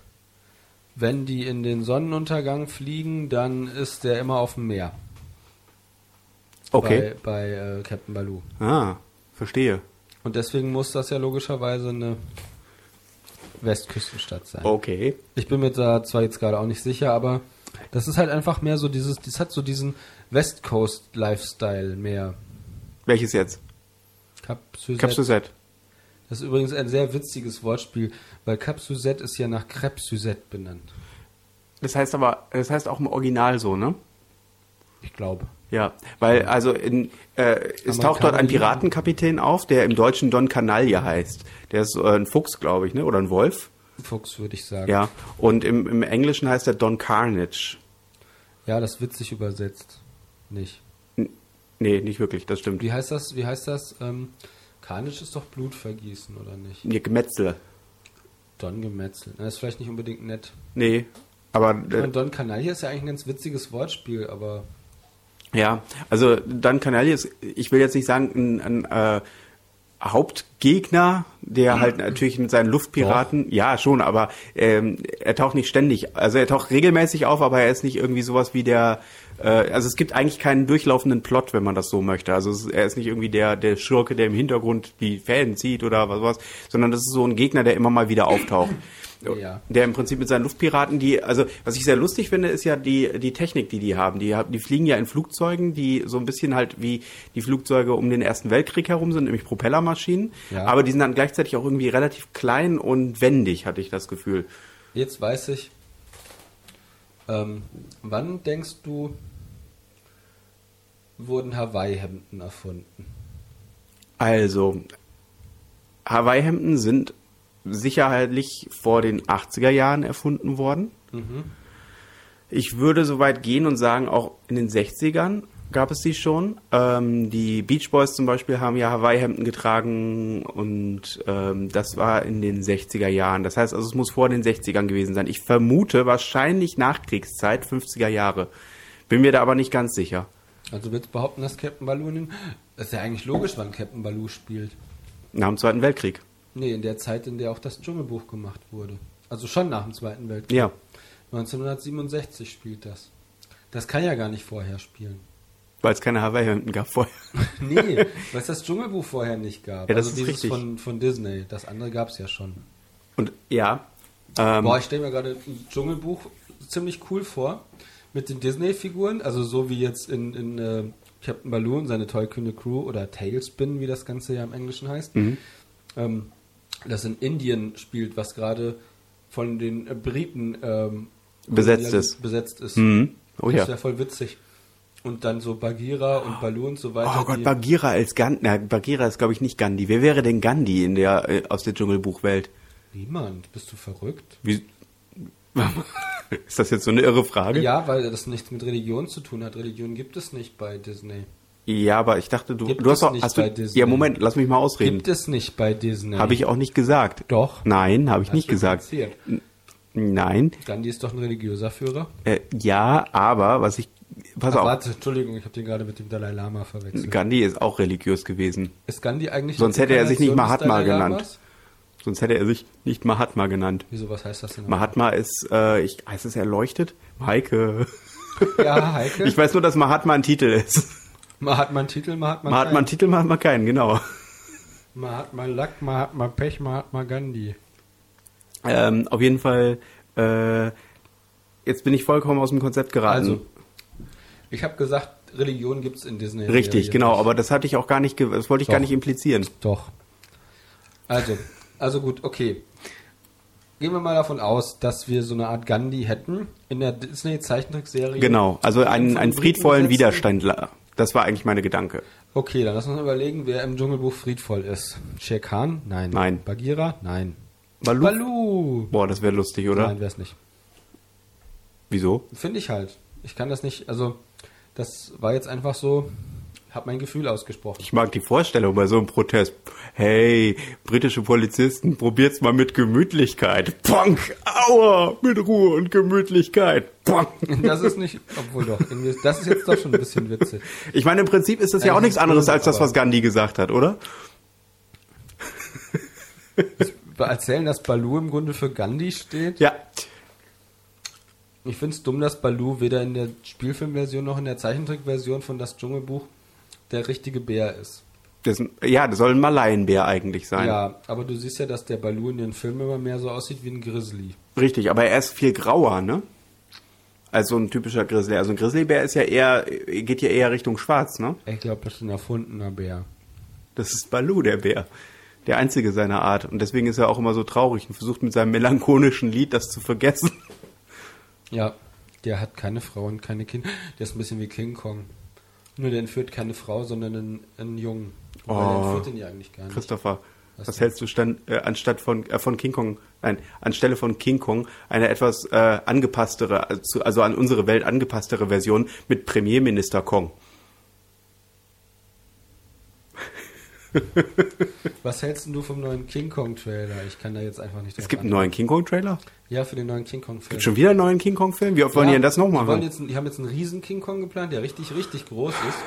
wenn die in den Sonnenuntergang fliegen, dann ist der immer auf dem Meer.
Okay.
Bei, bei äh, Captain Baloo.
Ah, verstehe.
Und deswegen muss das ja logischerweise eine Westküstenstadt sein.
Okay.
Ich bin mir da zwar jetzt gerade auch nicht sicher, aber das ist halt einfach mehr so dieses, das hat so diesen West Coast Lifestyle mehr.
Welches jetzt?
Cap Suzette.
Cap Suzette.
Das ist übrigens ein sehr witziges Wortspiel, weil Cap Suzette ist ja nach Crêpe Suzette benannt.
Das heißt aber, das heißt auch im Original so, ne?
Ich glaube.
Ja, weil also in, äh, es
Amerikaner
taucht dort ein
lieben-
Piratenkapitän auf, der im Deutschen Don Canaille heißt. Der ist äh, ein Fuchs, glaube ich, ne? Oder ein Wolf.
Fuchs, würde ich sagen.
Ja. Und im, im Englischen heißt er Don Carnage.
Ja, das witzig übersetzt. Nicht.
N nee, nicht wirklich, das stimmt.
Wie heißt das? Wie heißt das? Ähm, Karnisch ist doch Blutvergießen, oder nicht?
Nee, Gemetzel.
Don Gemetzel. Na, ist vielleicht nicht unbedingt nett.
Nee. Aber
Ich
äh,
meine, Don Canaille ist ja eigentlich ein ganz witziges Wortspiel, aber
ja, also Don Canaille ist, ich will jetzt nicht sagen, ein, ein äh, Hauptgegner, der halt natürlich mit seinen Luftpiraten, ja schon, aber ähm, er taucht nicht ständig, also er taucht regelmäßig auf, aber er ist nicht irgendwie sowas wie der, äh, also es gibt eigentlich keinen durchlaufenden Plot, wenn man das so möchte. Also es, er ist nicht irgendwie der der Schurke, der im Hintergrund die Fäden zieht oder was was, sondern das ist so ein Gegner, der immer mal wieder auftaucht.
Ja.
Der im Prinzip mit seinen Luftpiraten, die, also was ich sehr lustig finde, ist ja die, die Technik, die die haben. Die, hab- die fliegen ja in Flugzeugen, die so ein bisschen halt wie die Flugzeuge um den Ersten Weltkrieg herum sind, nämlich Propellermaschinen.
Ja.
Aber die sind dann gleichzeitig auch irgendwie relativ klein und wendig, hatte ich das Gefühl.
Jetzt weiß ich, ähm, wann denkst du, wurden Hawaii-Hemden erfunden?
Also, Hawaii-Hemden sind sicherheitlich vor den 80er Jahren erfunden worden. Ich würde so weit gehen und sagen, auch in den 60ern gab es die schon. Ähm, die Beach Boys zum Beispiel haben ja Hawaii-Hemden getragen und ähm, das war in den 60er Jahren. Das heißt also, es muss vor den 60ern gewesen sein. Ich vermute wahrscheinlich Nachkriegszeit, 50er Jahre. Bin mir da aber nicht ganz sicher.
Also willst du behaupten, dass Captain Baloo in den... Das ist ja eigentlich logisch, wann Captain Baloo spielt.
Nach dem Zweiten Weltkrieg.
Nee, in der Zeit, in der auch das Dschungelbuch gemacht wurde. Also schon nach dem Zweiten Weltkrieg.
Ja.
1967 spielt das. Das kann ja gar nicht vorher spielen.
Weil es keine Hawaii-Hemden gab vorher.
Nee, weil es das Dschungelbuch vorher nicht gab.
Ja, das
also
ist
dieses
richtig.
Von, von Disney. Das andere gab es ja schon.
Und ja. Ähm,
Boah, ich stelle mir gerade ein Dschungelbuch ziemlich cool vor. Mit den Disney-Figuren, also so wie jetzt in, in äh, Captain Baloo und seine tollkühne Crew oder Tailspin, wie das Ganze ja im Englischen heißt,
Mhm.
ähm, das in Indien spielt, was gerade von den äh, Briten ähm,
Besetzt ist.
Besetzt ist.
Mhm. Oh ja.
Das wäre voll witzig. Und dann so Bagheera und Baloo und so weiter.
oh Gott,
die-
Bagheera als Gandhi. Na, Bagheera ist, glaube ich, nicht Gandhi. Wer wäre denn Gandhi in der, äh, aus der Dschungelbuchwelt?
Niemand, bist du verrückt?
Wie, ist das jetzt so eine irre Frage?
Ja, weil das nichts mit Religion zu tun hat. Religion gibt es nicht bei Disney.
Ja, aber ich dachte, du,
Gibt
du hast
es
doch,
nicht
hast du,
bei Disney.
ja, Moment, lass mich mal ausreden.
Gibt es nicht bei Disney.
Habe ich auch nicht gesagt.
Doch.
Nein, habe ich
Hast
nicht
du
gesagt.
erzählt.
N- Nein,
Gandhi ist doch ein religiöser Führer.
äh, ja, aber was ich, pass
Ach,
auf,
warte, Entschuldigung, ich habe den gerade mit dem Dalai Lama verwechselt.
Gandhi ist auch religiös gewesen.
Ist Gandhi eigentlich
Sonst
eine
hätte er sich nicht
Inkarnation
Mahatma
des Dalai
genannt.
Lamas?
Sonst hätte er sich nicht Mahatma genannt.
Wieso, was heißt das denn?
Mahatma ist, äh, ich, heißt es erleuchtet? Heike.
Ja, Heike.
Ich weiß nur, dass Mahatma ein Titel ist.
Mahatma einen Titel, Mahatma
Mahatma ein
keinen.
Titel, Mahatma keinen, genau.
Mahatma Lack, Mahatma Pech, Mahatma Gandhi.
Ähm, auf jeden Fall, äh, jetzt bin ich vollkommen aus dem Konzept geraten.
Also, ich habe gesagt, Religion gibt es in Disney.
Richtig, genau, aber das hatte ich auch gar nicht, ge- das wollte ich gar
Doch.
nicht implizieren.
Doch. Also, also gut, okay. Gehen wir mal davon aus, dass wir so eine Art Gandhi hätten in der Disney-Zeichentrickserie.
Genau, also einen, einen
Von
friedvollen
Briten besetzt.
Widerstand. Das war eigentlich meine Gedanke.
Okay, dann lass uns mal überlegen, wer im Dschungelbuch friedvoll ist. Shere Khan? Nein.
Nein.
Bagheera? Nein.
Baloo?
Baloo!
Boah, das wäre lustig, oder?
Nein, wär's nicht.
Wieso?
Finde ich halt. Ich kann das nicht, also, das war jetzt einfach so, hab mein Gefühl ausgesprochen.
Ich mag die Vorstellung bei so einem Protest. Hey, britische Polizisten, probiert's mal mit Gemütlichkeit. Punk! Aua! Mit Ruhe und Gemütlichkeit. Punk!
Das ist nicht, obwohl doch, irgendwie, ist- das ist jetzt doch schon ein bisschen witzig.
Ich meine, im Prinzip ist das ja
Nein,
auch
das
nichts
ist
anderes
Äh, böse,
als das,
aber-
was Gandhi gesagt hat, oder?
Wir erzählen, dass Baloo im Grunde für Gandhi steht.
Ja.
Ich finde es dumm, dass Baloo weder in der Spielfilmversion noch in der Zeichentrickversion von Das Dschungelbuch der richtige Bär ist.
Das, ja, das soll ein Malaienbär eigentlich sein.
Ja, aber du siehst ja, dass der Baloo in den Filmen immer mehr so aussieht wie ein Grizzly.
Richtig, aber er ist viel grauer, ne? Als so ein typischer Grizzly. Also ein Grizzlybär ist ja eher, geht ja eher Richtung Schwarz, ne?
Ich glaube, das ist ein erfundener Bär.
Das ist Baloo, der Bär. Der einzige seiner Art. Und deswegen ist er auch immer so traurig und versucht mit seinem melancholischen Lied das zu vergessen.
Ja, der hat keine Frau und keine Kinder. Der ist ein bisschen wie King Kong. Nur der entführt keine Frau, sondern einen, einen Jungen. Wobei,
Oh.
Der entführt ihn ja eigentlich gar nicht.
Christopher,
Was
was
denn?
hältst du stand, äh, anstatt von, äh, von King Kong, nein, anstelle von King Kong eine etwas äh, angepasstere, also, also an unsere Welt angepasstere Version mit Premierminister Kong?
Was hältst denn du vom neuen King Kong Trailer? Ich kann da jetzt einfach nicht drauf
Es gibt einen neuen King Kong-Trailer?
Ja, für den neuen King Kong Film.
Schon wieder einen neuen King Kong-Film? Wie oft wollen die denn das nochmal
die, wollen
machen?
jetzt, die haben jetzt einen riesen King Kong geplant, der richtig, richtig groß ist.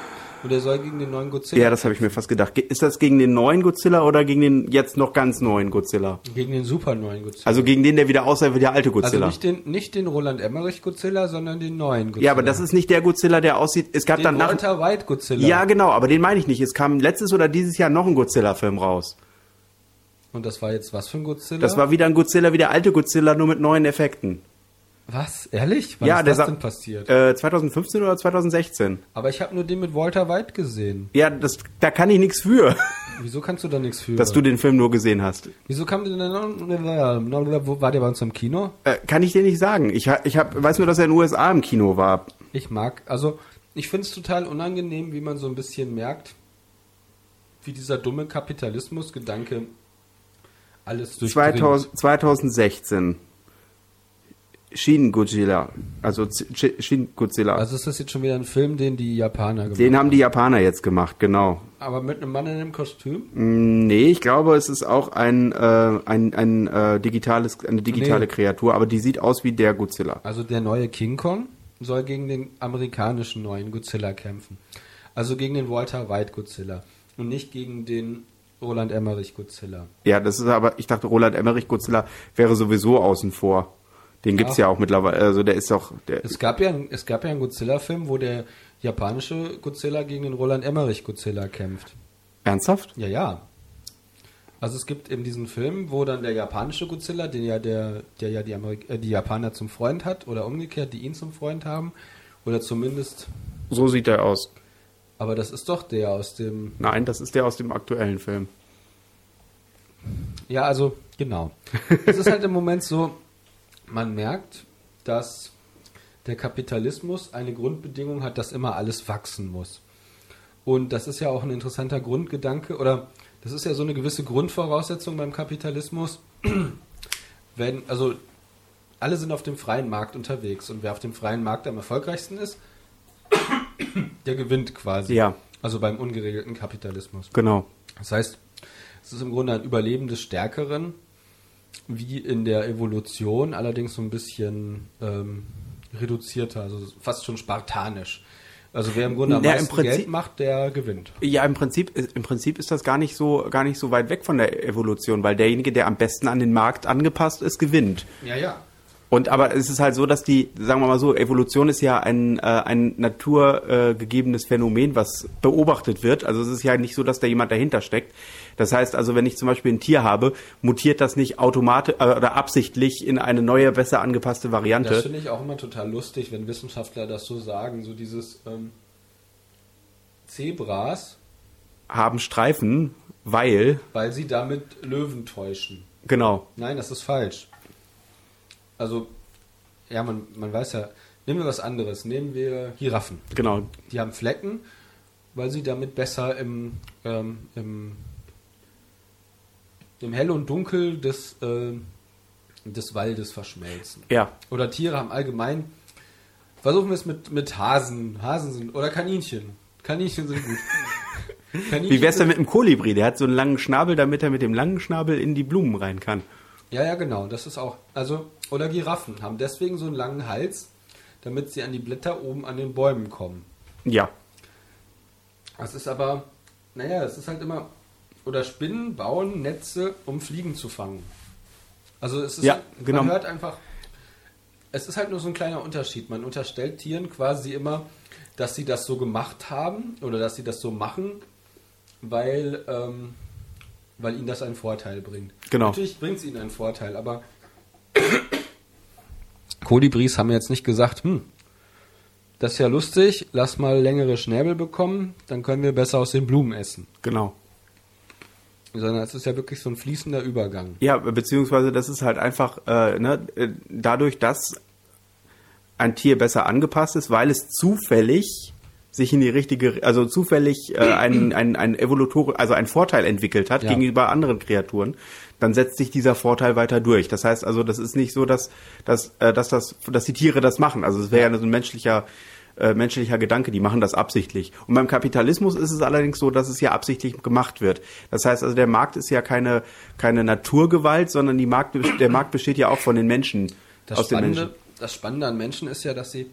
Und der soll gegen den neuen Godzilla,
Ja, das habe ich mir fast gedacht. Ge- Ist das gegen den neuen Godzilla oder gegen den jetzt noch ganz neuen Godzilla?
gegen den super neuen Godzilla.
Also gegen den, der wieder aussah wie der alte
Also
Godzilla.
nicht den, nicht den Roland Emmerich Godzilla, sondern den neuen Godzilla.
ja, aber das ist nicht der Godzilla, der aussieht. Es gab
den
dann nach.
Walter White Godzilla.
Ja, genau, aber den meine ich nicht. Es kam letztes oder dieses Jahr noch ein Godzilla-Film raus.
Und das war jetzt was für ein Godzilla?
Das war wieder ein Godzilla, wie der alte Godzilla, nur mit neuen Effekten.
was? Ehrlich? Wann
ja,
ist
der
das
sa-
denn passiert?
Äh, 2015 oder 2016.
Aber ich habe nur den mit Walter White gesehen.
Ja, das, da kann ich nichts für,
Wieso kannst du da nichts für?
dass du den Film nur gesehen hast.
Wieso kam denn der... Wo- War der bei uns im Kino?
Äh, kann ich dir nicht sagen. Ich, ha- ich hab, weiß nur, dass er in den USA im Kino war.
Ich mag... Also, ich finde es total unangenehm, wie man so ein bisschen merkt, wie dieser dumme Kapitalismusgedanke alles durchdringt.
2000, 2016. Shin Godzilla. Also Z- Sch- Shin Godzilla.
Also ist das jetzt schon wieder ein Film, den die Japaner gemacht
den haben die Japaner jetzt gemacht, genau.
Aber mit einem Mann in einem Kostüm?
Nee, ich glaube, es ist auch ein, äh, ein, ein äh, digitales, eine digitale
Nee.
Kreatur, aber die sieht aus wie der Godzilla.
Also der neue King Kong soll gegen den amerikanischen neuen Godzilla kämpfen. Also gegen den Walter White Godzilla und nicht gegen den Roland Emmerich Godzilla.
Ja, das ist aber, ich dachte, Roland Emmerich Godzilla wäre sowieso außen vor. Den gibt's
Ach.
ja auch mittlerweile, also der ist doch, der,
Es gab ja, einen- es gab ja einen Godzilla-Film, wo der japanische Godzilla gegen den Roland Emmerich Godzilla kämpft.
ernsthaft?
Ja, ja. Also es gibt eben diesen Film, wo dann der japanische Godzilla, den ja der, der ja die, Amerik äh, die Japaner zum Freund hat oder umgekehrt, die ihn zum Freund haben oder zumindest,
So sieht er aus.
aber das ist doch der aus dem
Nein, das ist der aus dem aktuellen Film.
Ja, also genau. es ist halt im Moment so, man merkt, dass der Kapitalismus eine Grundbedingung hat, dass immer alles wachsen muss. Und das ist ja auch ein interessanter Grundgedanke oder das ist ja so eine gewisse Grundvoraussetzung beim Kapitalismus, wenn also alle sind auf dem freien Markt unterwegs und wer auf dem freien Markt am erfolgreichsten ist, der gewinnt quasi.
Ja.
Also beim ungeregelten Kapitalismus.
Genau.
Das heißt, es ist im Grunde ein Überleben des Stärkeren, wie in der Evolution, allerdings so ein bisschen ähm, reduzierter, also fast schon spartanisch. Also wer im Grunde am
Ja, im
meisten
Prinzip-
Geld macht, der gewinnt.
Ja, im Prinzip, im Prinzip ist das gar nicht so, gar nicht so weit weg von der Evolution, weil derjenige, der am besten an den Markt angepasst ist, gewinnt.
Ja, ja.
Und aber es ist halt so, dass die, sagen wir mal so, Evolution ist ja ein, äh, ein naturgegebenes äh, gegebenes Phänomen, was beobachtet wird. Also es ist ja nicht so, dass da jemand dahinter steckt. Das heißt also, wenn ich zum Beispiel ein Tier habe, mutiert das nicht automatisch äh, oder absichtlich in eine neue, besser angepasste
Das
Variante.
finde ich auch immer total lustig, wenn Wissenschaftler das so sagen, so dieses ähm, Zebras,
Haben Streifen, weil,
weil sie damit Löwen täuschen.
genau.
Nein, das ist falsch. Also, ja, man, man weiß ja, nehmen wir was anderes. Nehmen wir Giraffen.
Genau,
Die haben Flecken, weil sie damit besser im, ähm, im, im Hell und Dunkel des, ähm, des Waldes verschmelzen.
Ja.
Oder Tiere haben allgemein. Versuchen wir es mit, mit Hasen. Hasen sind. Oder Kaninchen. Kaninchen sind gut. Kaninchen
Wie wär's
sind-
denn mit dem Kolibri? Der hat so einen langen Schnabel, damit er mit dem langen Schnabel in die Blumen rein kann.
Ja, ja, genau. Das ist auch. Also, oder Giraffen haben deswegen so einen langen Hals, damit sie an die Blätter oben an den Bäumen kommen.
Ja.
Das ist aber, naja, es ist halt immer. Oder Spinnen bauen Netze, um Fliegen zu fangen. Also es ist,
Ja, genau.
man hört einfach, es ist halt nur so ein kleiner Unterschied. Man unterstellt Tieren quasi immer, dass sie das so gemacht haben oder dass sie das so machen, weil, ähm, weil ihnen das einen Vorteil bringt.
Genau.
Natürlich bringt es ihnen einen Vorteil, aber Kolibris haben jetzt nicht gesagt, hm, das ist ja lustig, lass mal längere Schnäbel bekommen, dann können wir besser aus den Blumen essen.
Genau.
Sondern es ist ja wirklich so ein fließender Übergang.
Ja, beziehungsweise das ist halt einfach äh, ne, äh, dadurch, dass ein Tier besser angepasst ist, weil es zufällig sich in die richtige, also zufällig äh, ein, ein, ein Evolutor, also ein Vorteil entwickelt hat
Ja.
gegenüber anderen Kreaturen, dann setzt sich dieser Vorteil weiter durch. Das heißt also, das ist nicht so, dass, dass, äh, dass, das, dass die Tiere das machen. Also es wäre ja so ein menschlicher äh, menschlicher Gedanke, die machen das absichtlich. Und beim Kapitalismus ist es allerdings so, dass es ja absichtlich gemacht wird. Das heißt also, der Markt ist ja keine, keine Naturgewalt, sondern die Markt, der Markt besteht ja auch von den Menschen.
Das, Spannende, das Spannende an Menschen ist ja, dass sie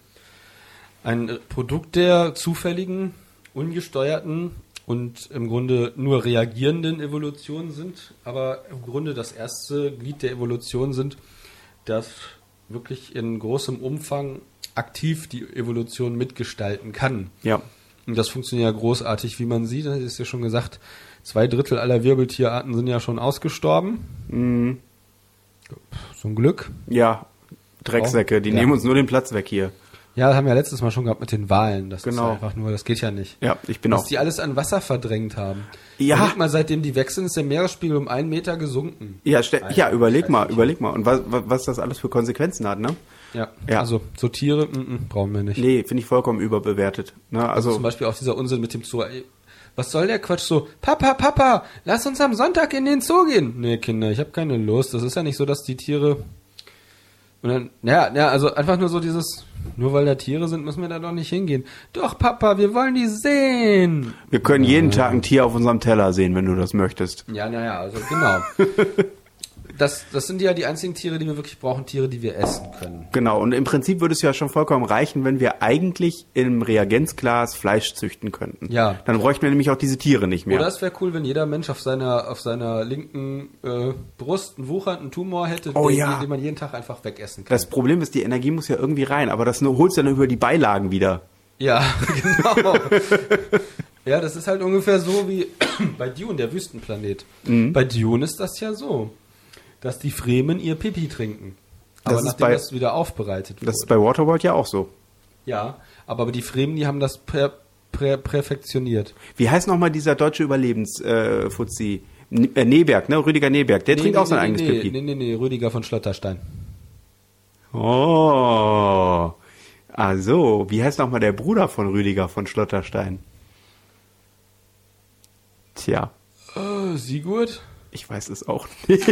ein äh, Produkt der zufälligen, ungesteuerten und im Grunde nur reagierenden Evolution sind, aber im Grunde das erste Glied der Evolution sind, das wirklich in großem Umfang aktiv die Evolution mitgestalten kann.
Ja.
Und das funktioniert ja großartig, wie man sieht. Das ist ja schon gesagt, zwei Drittel aller Wirbeltierarten sind ja schon ausgestorben.
Mhm.
Zum Glück.
Ja, Drecksäcke, die
Oh, Ja.
nehmen uns nur den Platz weg hier.
Ja, das haben wir ja letztes Mal schon gehabt mit den Walen. Das ist
Genau.
ja einfach nur, das geht ja nicht.
Ja, ich bin
Dass
auch-
die alles an Wasser verdrängt haben.
Ja.
Überleg mal, seitdem die weg sind, ist der Meeresspiegel um einen Meter gesunken.
Ja, ste-
Alter,
ja überleg
Ah, scheiße.
mal, überleg mal. Und was, was, was das alles für Konsequenzen hat, ne?
Ja.
Ja.
Also, so Tiere mm, mm, brauchen wir nicht.
Nee, finde ich vollkommen überbewertet. Ne? Also,
Zum Beispiel auch dieser Unsinn mit dem Zoo. Ey, Was soll der Quatsch so? Papa, Papa, lass uns am Sonntag in den Zoo gehen. Nee, Kinder, ich habe keine Lust. Das ist ja nicht so, dass die Tiere. Und dann, ja, ja, also einfach nur so dieses, nur weil da Tiere sind, müssen wir da doch nicht hingehen. Doch, Papa, wir wollen die sehen.
wir können jeden Tag ein Tier auf unserem Teller sehen, wenn du das möchtest.
Ja, naja, also genau. das, das sind ja die einzigen Tiere, die wir wirklich brauchen, Tiere, die wir essen können.
Genau, und im Prinzip würde es ja schon vollkommen reichen, wenn wir eigentlich im Reagenzglas Fleisch züchten könnten.
Ja.
Dann bräuchten wir nämlich auch diese Tiere nicht mehr.
Oder es wäre cool, wenn jeder Mensch auf seiner, auf seiner linken äh, Brust einen wuchernden Tumor hätte,
Oh
den,
ja.
den man jeden Tag einfach wegessen kann.
Das Problem ist, die Energie muss ja irgendwie rein, aber das nur- holst du dann über die Beilagen wieder.
Ja, genau. ja, das ist halt ungefähr so wie bei Dune, der Wüstenplanet.
Mhm.
Bei Dune ist das ja so, dass die Fremen ihr Pipi trinken. Aber
Das ist
nachdem
bei-
das wieder aufbereitet wird.
Das ist bei Waterworld ja auch so.
ja, aber die Fremen, die haben das prä, prä, perfektioniert.
Wie heißt nochmal dieser deutsche Überlebensfuzzi? Äh, Fuzzi? Ne- äh, Neberg, ne? Rüdiger Neberg, der trinkt auch sein eigenes
nee,
Pipi.
Nee, nee, nee, Rüdiger von Schlotterstein.
Oh. Also, wie heißt nochmal der Bruder von Rüdiger von Schlotterstein? Tja,
Oh, Sigurd?
ich weiß es auch nicht.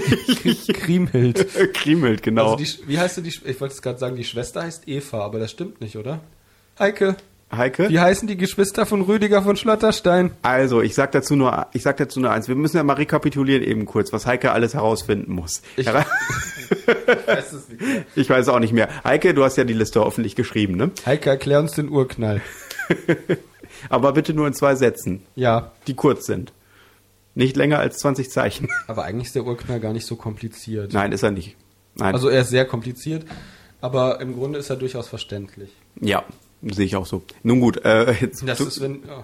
Kriemhild.
Kriemelt, genau.
Also die, Sch- wie heißt du die, Sch- ich wollte es gerade sagen, die Schwester heißt Eva, aber das stimmt nicht, oder? Heike,
Heike?
wie heißen die Geschwister von Rüdiger von Schlotterstein?
Also, ich sag dazu nur, ich sag dazu nur eins. Wir müssen ja mal rekapitulieren eben kurz, was Heike alles herausfinden muss.
Ich-
Hera-
Weiß es nicht.
ich weiß auch nicht mehr. Heike, du hast ja die Liste hoffentlich geschrieben, ne?
Heike, erklär uns den Urknall.
Aber bitte nur in zwei Sätzen,
Ja,
die kurz sind. Nicht länger als 20 Zeichen.
aber eigentlich ist der Urknall gar nicht so kompliziert.
Nein, ist er nicht. Nein.
Also er ist sehr kompliziert, aber im Grunde ist er durchaus verständlich.
ja, sehe ich auch so. Nun gut, äh, jetzt.
Das
du-
ist, wenn oh,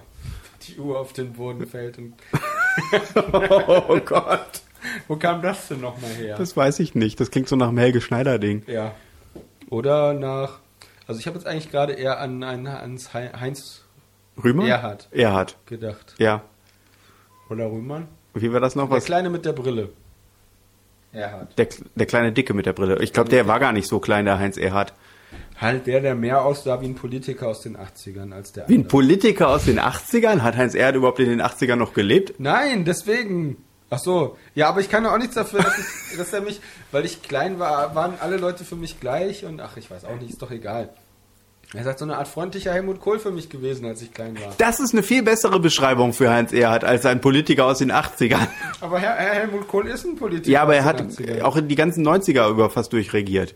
die Uhr auf den Boden fällt und
oh Gott.
wo kam das denn nochmal her?
Das weiß ich nicht. Das klingt so nach einem Helge Schneider-Ding.
ja. Oder nach, also ich habe jetzt eigentlich gerade eher an, an ans Hei- Heinz
Rümer?
Erhard.
Erhard.
gedacht.
Ja.
Oder Rühmann?
Wie war das noch?
Der
Was?
Kleine mit der Brille. Erhard.
Der, der kleine Dicke mit der Brille. Ich glaube, der war gar nicht so klein, der Heinz Erhard.
Halt der, der mehr aussah wie ein Politiker aus den 80ern als der
Wie ein
andere.
Politiker aus den 80ern? Hat Heinz Erhard überhaupt in den 80ern noch gelebt?
Nein, deswegen. Ach so. Ja, aber ich kann ja auch nichts dafür, dass, ich, dass er mich, weil ich klein war, waren alle Leute für mich gleich und ach, ich weiß auch nicht, ist doch egal. Er ist halt so eine Art freundlicher Helmut Kohl für mich gewesen, als ich klein war.
Das ist eine viel bessere Beschreibung für Heinz Erhard als ein Politiker aus den 80ern.
Aber Herr, Herr Helmut Kohl ist ein Politiker.
Ja, aber er
aus
hat
den 80ern.
auch die ganzen 90er über fast durchregiert.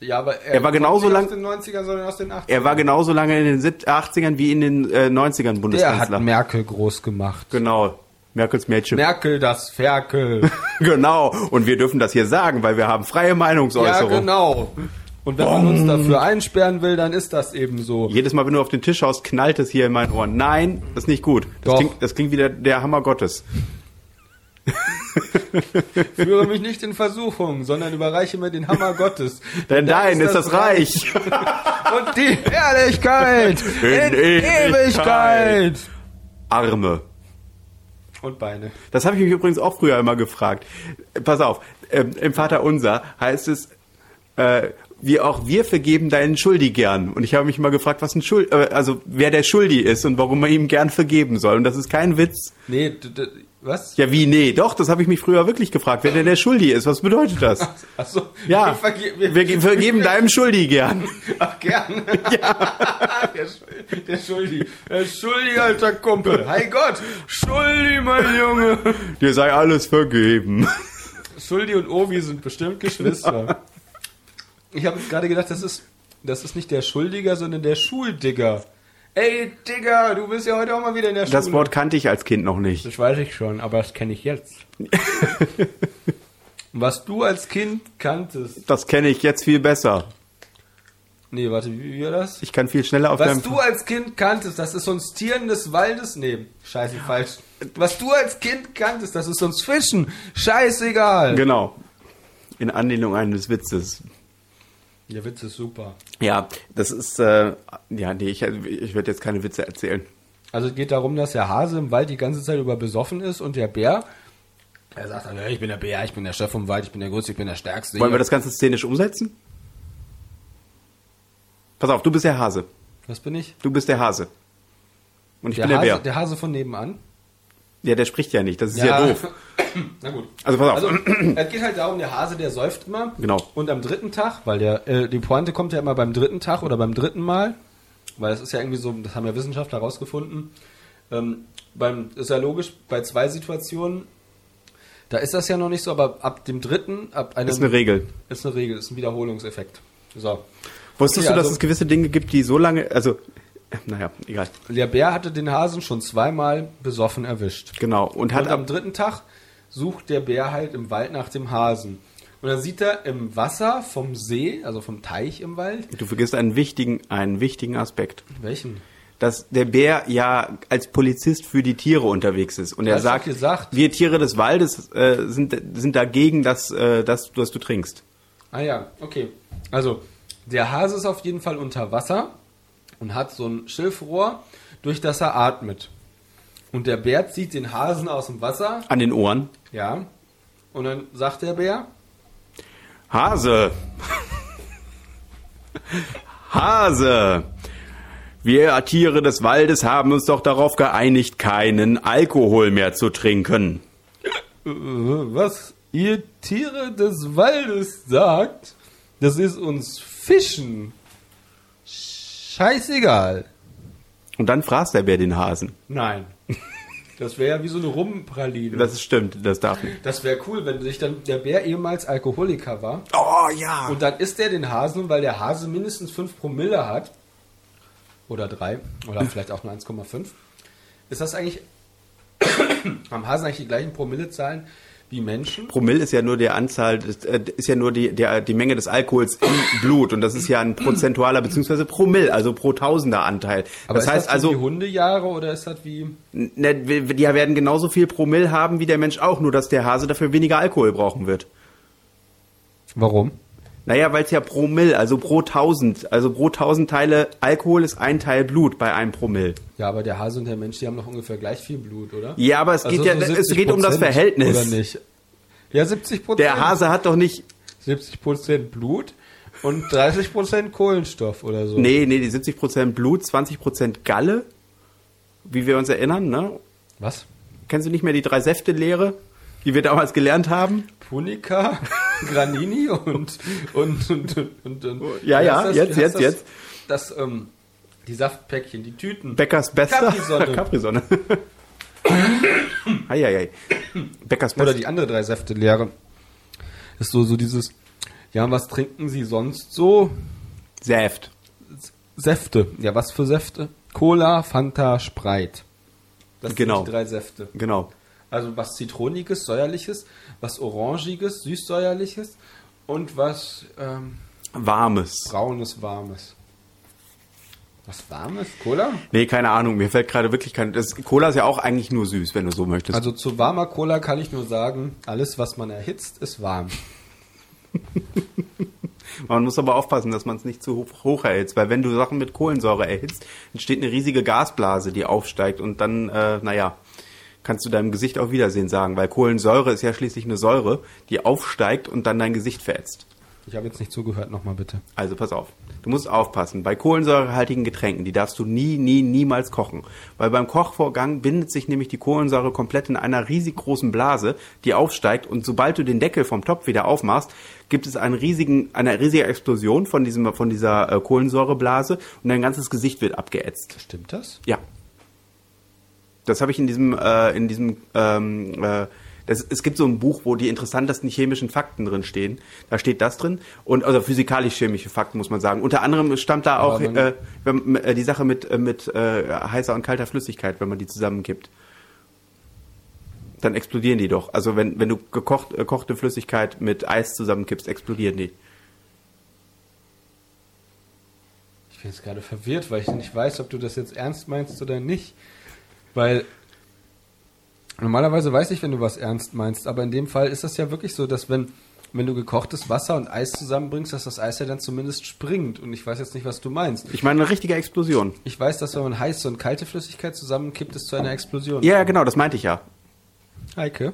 Ja, aber
er war
kommt
genauso
nicht
lang-
aus den 90ern, sondern aus den 80ern.
Er war genauso lange in den Sieb- 80ern wie in den äh, 90ern
der hat
Bundeskanzler.
Merkel groß gemacht.
genau. Merkels Mädchen.
Merkel das Ferkel.
genau. Und wir dürfen das hier sagen, weil wir haben freie
ja,
Meinungsäußerung.
genau. Und wenn man uns dafür einsperren will, dann ist das eben so.
Jedes Mal, wenn du auf den Tisch schaust, knallt es hier in meinen Ohren. Nein, das ist nicht gut. Das,
Doch.
klingt, das klingt wie der, der Hammer Gottes.
Führe mich nicht in Versuchung, sondern überreiche mir den Hammer Gottes.
Denn dein ist das Reich.
Und die Herrlichkeit in,
In
Ewigkeit.
Ewigkeit. Arme.
Und Beine.
Das habe ich mich übrigens auch früher immer gefragt. Äh, Pass auf, ähm, im Vater Unser heißt es, äh, wie auch wir vergeben deinen Schuldi gern. Und ich habe mich immer gefragt, was ein Schuld, äh, also wer der Schuldi ist und warum man ihm gern vergeben soll. Und das ist kein Witz.
Nee, d- d- was?
Ja, wie, nee, doch, das habe ich mich früher wirklich gefragt, wer denn der Schuldi ist. Was bedeutet das?
Achso,
Ja,
wir, verge-
wir, ge- vergeben deinem Schuldi gern.
Ach, gern. der, Schul- der Schuldi. Der Schuldi, alter Kumpel. Hi Gott. Schuldi, mein Junge.
Dir sei alles vergeben.
Schuldi und Ovi sind bestimmt Geschwister. Ich habe gerade gedacht, das ist, das ist nicht der Schuldiger, sondern der Schuldigger. Ey, Digger, du bist ja heute auch mal wieder in der Schule.
Das Wort kannte ich als Kind noch nicht.
Das weiß ich schon, aber das kenne ich jetzt. Was du als Kind kanntest.
Das kenne ich jetzt viel besser.
Nee, warte, wie, wie war das?
Ich kann viel schneller auf
Was
deinem.
du als Kind kanntest, das ist uns Tieren des Waldes. Nee, scheiße, falsch. Was du als Kind kanntest, das ist uns Fischen. Scheißegal.
genau. In Anlehnung eines Witzes.
Der Witz ist super.
Ja, das ist. Äh, ja, nee, ich, also, ich werde jetzt keine Witze erzählen.
Also es geht darum, dass der Hase im Wald die ganze Zeit über besoffen ist und der Bär, er sagt dann, "Hey, ich bin der Bär, ich bin der Chef vom Wald, ich bin der Größte, ich bin der Stärkste.
Wollen wir
hier."
das Ganze szenisch umsetzen? Pass auf, du bist der Hase.
Was bin ich?
Du bist der Hase. Und ich
Der
bin
Hase,
der Bär.
der Hase von nebenan.
ja, der spricht ja nicht. Das ist ja, doof.
Na gut.
Also pass auf.
Also, es geht halt darum, der Hase, der säuft immer.
Genau.
Und am dritten Tag, weil der, äh, die Pointe kommt ja immer beim dritten Tag oder beim dritten Mal, weil das ist ja irgendwie so, das haben ja Wissenschaftler rausgefunden. Ähm, beim, ist ja logisch, bei zwei Situationen, da ist das ja noch nicht so, aber ab dem dritten, ab einem,
Das ist eine Regel.
ist eine Regel, ist ein Wiederholungseffekt. So.
Wusstest
Okay,
du, dass
also-
es gewisse Dinge gibt, die so lange, also, äh, naja, egal.
Der Bär hatte den Hasen schon zweimal besoffen erwischt.
Genau. Und hat
Und am dritten Tag sucht der Bär halt im Wald nach dem Hasen. Und dann sieht er im Wasser vom See, also vom Teich im Wald,
du vergisst einen wichtigen, einen wichtigen Aspekt.
welchen?
Dass der Bär ja als Polizist für die Tiere unterwegs ist. Und er
Hast du
sagt,
gesagt?
wir Tiere des Waldes äh, sind, sind dagegen, dass, äh, dass, dass du trinkst.
Ah ja, okay. Also, der Hase ist auf jeden Fall unter Wasser und hat so ein Schilfrohr, durch das er atmet. Und der Bär zieht den Hasen aus dem Wasser,
An den Ohren.
ja. Und dann sagt der Bär,
Hase! Hase! Wir Tiere des Waldes haben uns doch darauf geeinigt, keinen Alkohol mehr zu trinken.
was ihr Tiere des Waldes sagt, das ist uns Fischen. Scheißegal.
Und dann fraß der Bär den Hasen.
Nein. Das wäre ja wie so eine Rumpraline. Das,
Das ist stimmt, das darf nicht.
wäre cool, wenn sich dann der Bär ehemals Alkoholiker war.
Oh ja!
Und dann isst er den Hasen, weil der Hase mindestens 5 Promille hat. Oder 3. Oder vielleicht auch nur 1,5. Ist das eigentlich. haben Hasen eigentlich die gleichen Promillezahlen wie Menschen?
Promille ist ja nur der Anzahl, des- äh, ist ja nur die, der, die Menge des Alkohols im Blut. Und das ist ja ein prozentualer beziehungsweise Promille, also pro Tausender Anteil.
Aber
das
ist
heißt
das wie
also,
Hundejahre oder ist das wie.
ne, wir- die werden genauso viel Promille haben wie der Mensch auch, nur dass der Hase dafür weniger Alkohol brauchen wird.
Warum?
Naja, weil es ja Promille, also pro 1000, also pro 1000 Teile Alkohol ist ein Teil Blut bei einem Promille.
Ja, aber der Hase und der Mensch, die haben doch ungefähr gleich viel Blut, oder?
Ja, aber es geht ja,
Also so
es geht um das
70%
Verhältnis.
Oder nicht? Ja, 70 Prozent.
Der Hase hat doch nicht,
70 Prozent Blut und 30 Prozent Kohlenstoff oder so.
nee, nee, die 70% Blut, 20% Galle, wie wir uns erinnern, ne?
Was?
Kennst du nicht mehr die drei Säfte-Lehre, die wir damals gelernt haben?
Punika, Granini und und und und, und, und
Ja,
Wie
ja,
heißt das?
jetzt,
Wie heißt
jetzt,
das?
jetzt.
Das ähm, die Saftpäckchen, die Tüten.
Bäckers Bester?
Capri-Sonne.
Capri-Sonne. Eieiei. Bäckers Bester.
Oder die andere drei Säfte leere. Ist so so dieses ja, was trinken Sie sonst so?
Säft.
Säfte. Ja, was für Säfte? Cola, Fanta, Sprite. Das
Genau.
sind die drei Säfte.
Genau.
Also was Zitroniges, Säuerliches, was Orangiges, Süßsäuerliches und was ähm,
Warmes.
Braunes, Warmes. Was Warmes? Cola?
Nee, keine Ahnung. Mir fällt gerade wirklich kein. Das, Cola ist ja auch eigentlich nur süß, wenn du so möchtest.
Also zu warmer Cola kann ich nur sagen, alles was man erhitzt, ist warm.
Man muss aber aufpassen, dass man es nicht zu hoch, hoch erhitzt, weil wenn du Sachen mit Kohlensäure erhitzt, entsteht eine riesige Gasblase, die aufsteigt und dann, äh, naja, kannst du deinem Gesicht auch Wiedersehen sagen, weil Kohlensäure ist ja schließlich eine Säure, die aufsteigt und dann dein Gesicht verätzt.
Ich habe jetzt nicht zugehört, nochmal bitte.
Also pass auf, du musst aufpassen. Bei kohlensäurehaltigen Getränken, die darfst du nie, nie, niemals kochen. Weil beim Kochvorgang bindet sich nämlich die Kohlensäure komplett in einer riesig großen Blase, die aufsteigt und sobald du den Deckel vom Topf wieder aufmachst, gibt es einen riesigen, eine riesige Explosion von, diesem, von dieser äh, Kohlensäureblase und dein ganzes Gesicht wird abgeätzt.
Stimmt das?
Ja. Das habe ich in diesem, äh, in diesem, ähm, äh, das, es gibt so ein Buch, wo die interessantesten chemischen Fakten drin stehen. Da steht das drin und also physikalisch-chemische Fakten muss man sagen. Unter anderem stammt da auch
man-
äh, wenn, äh, die Sache mit äh, mit äh, heißer und kalter Flüssigkeit, wenn man die zusammenkippt, dann explodieren die doch. Also wenn wenn du gekocht, äh, kochte Flüssigkeit mit Eis zusammenkippst, explodieren die.
Ich bin jetzt gerade verwirrt, weil ich nicht weiß, ob du das jetzt ernst meinst oder nicht. Weil normalerweise weiß ich, wenn du was ernst meinst, aber in dem Fall ist das ja wirklich so, dass wenn, wenn du gekochtes Wasser und Eis zusammenbringst, dass das Eis ja dann zumindest springt. Und ich weiß jetzt nicht, was du meinst.
Ich meine, eine richtige Explosion.
Ich weiß, dass wenn man heiße und kalte Flüssigkeit zusammenkippt, es zu einer Explosion.
Ja, ja, genau, das meinte ich ja.
Heike,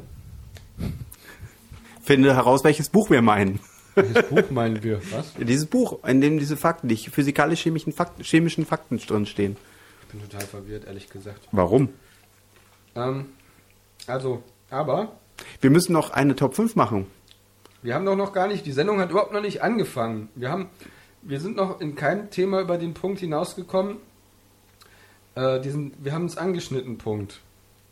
Finde heraus, welches Buch wir meinen.
welches Buch meinen wir? Was?
Dieses Buch, in dem diese Fakten, die physikalisch-chemischen Fakten, chemischen Fakten drinstehen.
Ich bin total verwirrt, ehrlich gesagt.
Warum?
Ähm, also, aber
Wir müssen noch eine Top 5 machen.
wir haben doch noch gar nicht, die Sendung hat überhaupt noch nicht angefangen. Wir haben, wir sind noch in keinem Thema über den Punkt hinausgekommen. Äh, diesen, wir haben es angeschnitten, Punkt.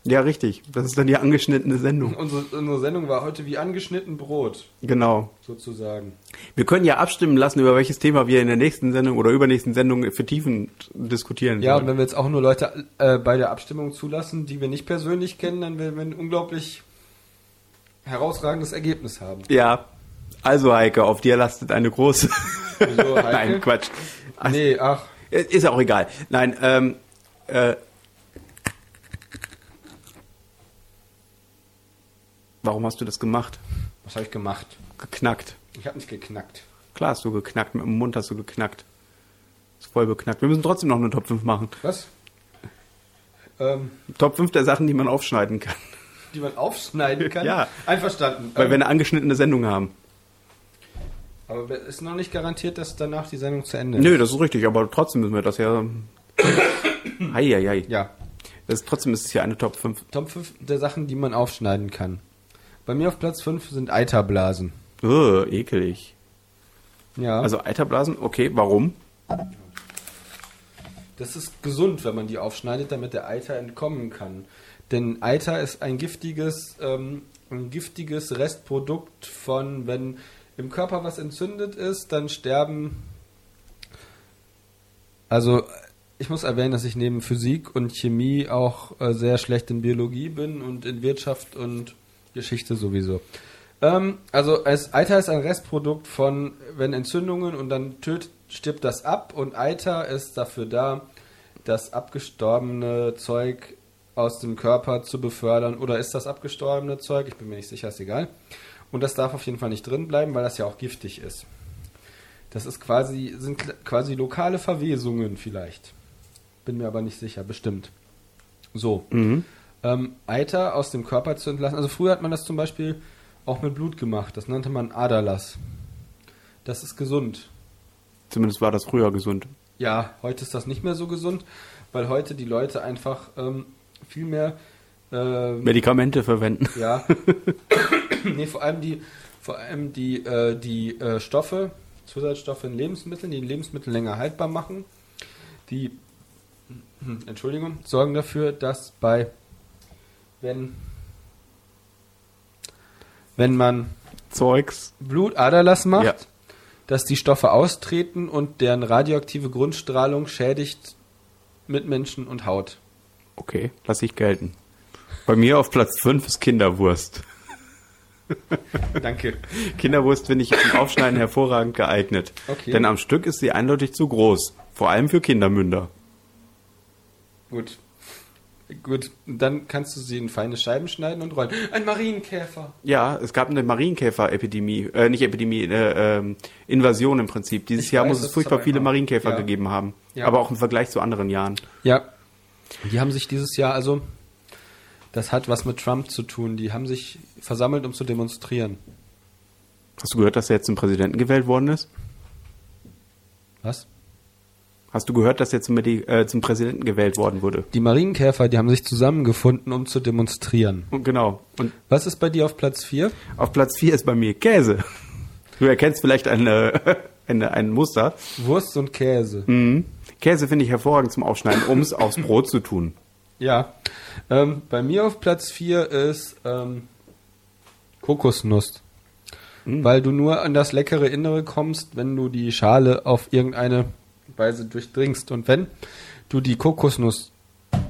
Ja, richtig. Das ist dann die angeschnittene Sendung.
Unsere, unsere Sendung war heute wie angeschnitten Brot,
Genau.
sozusagen.
Wir können ja abstimmen lassen, über welches Thema wir in der nächsten Sendung oder übernächsten Sendung vertiefend diskutieren.
Ja, und
sollen.
wenn wir jetzt auch nur Leute äh, bei der Abstimmung zulassen, die wir nicht persönlich kennen, dann werden wir ein unglaublich herausragendes Ergebnis haben.
ja. Also, Heike, auf dir lastet eine große.
Wieso, Heike?
Nein, Quatsch. Ach,
nee, ach,
Ist ja auch egal. Nein, ähm, äh, Warum hast du das gemacht?
was habe ich gemacht?
Geknackt.
Ich habe nicht geknackt.
Klar hast du geknackt, mit dem Mund hast du geknackt. Ist voll beknackt. Wir müssen trotzdem noch eine Top 5 machen.
Was? Ähm,
Top 5 der Sachen, die man aufschneiden kann.
die man aufschneiden kann?
Ja.
Einverstanden.
Weil wir
ähm,
eine angeschnittene Sendung haben.
aber es ist noch nicht garantiert, dass danach die Sendung zu Ende ist.
Nö, das ist richtig, aber trotzdem müssen wir das ja. Eieiei.
Ja.
Das ist, trotzdem ist es ja eine Top 5.
Top 5 der Sachen, die man aufschneiden kann. Bei mir auf Platz 5 sind Eiterblasen.
Ugh, ekelig.
Ja.
Also Eiterblasen, okay, warum?
Das ist gesund, wenn man die aufschneidet, damit der Eiter entkommen kann. Denn Eiter ist ein giftiges, ähm, ein giftiges Restprodukt von, wenn im Körper was entzündet ist, dann sterben. Also, ich muss erwähnen, dass ich neben Physik und Chemie auch äh, sehr schlecht in Biologie bin und in Wirtschaft und Geschichte sowieso. Ähm, also es, Eiter ist ein Restprodukt von, wenn Entzündungen und dann tötet, stirbt das ab und Eiter ist dafür da, das abgestorbene Zeug aus dem Körper zu befördern. Oder ist das abgestorbene Zeug? Ich bin mir nicht sicher, ist egal. Und das darf auf jeden Fall nicht drin bleiben, weil das ja auch giftig ist. Das ist quasi, sind kl- quasi lokale Verwesungen vielleicht. Bin mir aber nicht sicher, bestimmt. So. Ähm, Eiter aus dem Körper zu entlassen. Also früher hat man das zum Beispiel auch mit Blut gemacht. Das nannte man Aderlass. Das ist gesund.
Zumindest war das früher gesund.
Ja, heute ist das nicht mehr so gesund, weil heute die Leute einfach ähm, viel mehr. ähm,
Medikamente verwenden.
ja. nee, vor allem die, vor allem die, äh, die äh, Stoffe, Zusatzstoffe in Lebensmitteln, die Lebensmittel länger haltbar machen, die, hm, Entschuldigung, sorgen dafür, dass bei, wenn, wenn man
Zeugs.
Blutaderlass macht,
Ja.
dass die Stoffe austreten und deren radioaktive Grundstrahlung schädigt Mitmenschen und Haut.
Okay, lass ich gelten. Bei mir auf Platz 5 ist Kinderwurst.
Danke.
Kinderwurst finde ich zum Aufschneiden hervorragend geeignet.
Okay.
Denn am Stück ist sie eindeutig zu groß. Vor allem für Kindermünder.
Gut. Gut, dann kannst du sie in feine Scheiben schneiden und rollen. Ein Marienkäfer.
Ja, es gab eine Marienkäfer-Epidemie, äh, nicht Epidemie, äh, ähm, Invasion im Prinzip. Dieses
Ich
Jahr
weiß,
muss es
das ist
furchtbar
aber
viele
immer-
Marienkäfer
ja.
gegeben haben.
Ja.
Aber auch im Vergleich zu anderen Jahren.
Ja. Die haben sich dieses Jahr, also, das hat was mit Trump zu tun. Die haben sich versammelt, um zu demonstrieren.
Hast du gehört, dass er jetzt zum Präsidenten gewählt worden ist?
Was?
Hast du gehört, dass er zum, Medi- äh, zum Präsidenten gewählt worden wurde?
Die Marienkäfer, die haben sich zusammengefunden, um zu demonstrieren.
Und genau. Und
Was ist bei dir auf Platz 4?
auf Platz 4 ist bei mir Käse. Du erkennst vielleicht eine, eine, ein Muster.
Wurst und Käse.
Mhm. Käse finde ich hervorragend zum Aufschneiden, um es aufs Brot zu tun.
Ja. Ähm, bei mir auf Platz 4 ist ähm, Kokosnuss. Weil du nur an das leckere Innere kommst, wenn du die Schale auf irgendeine Weise durchdringst. Und wenn du die Kokosnuss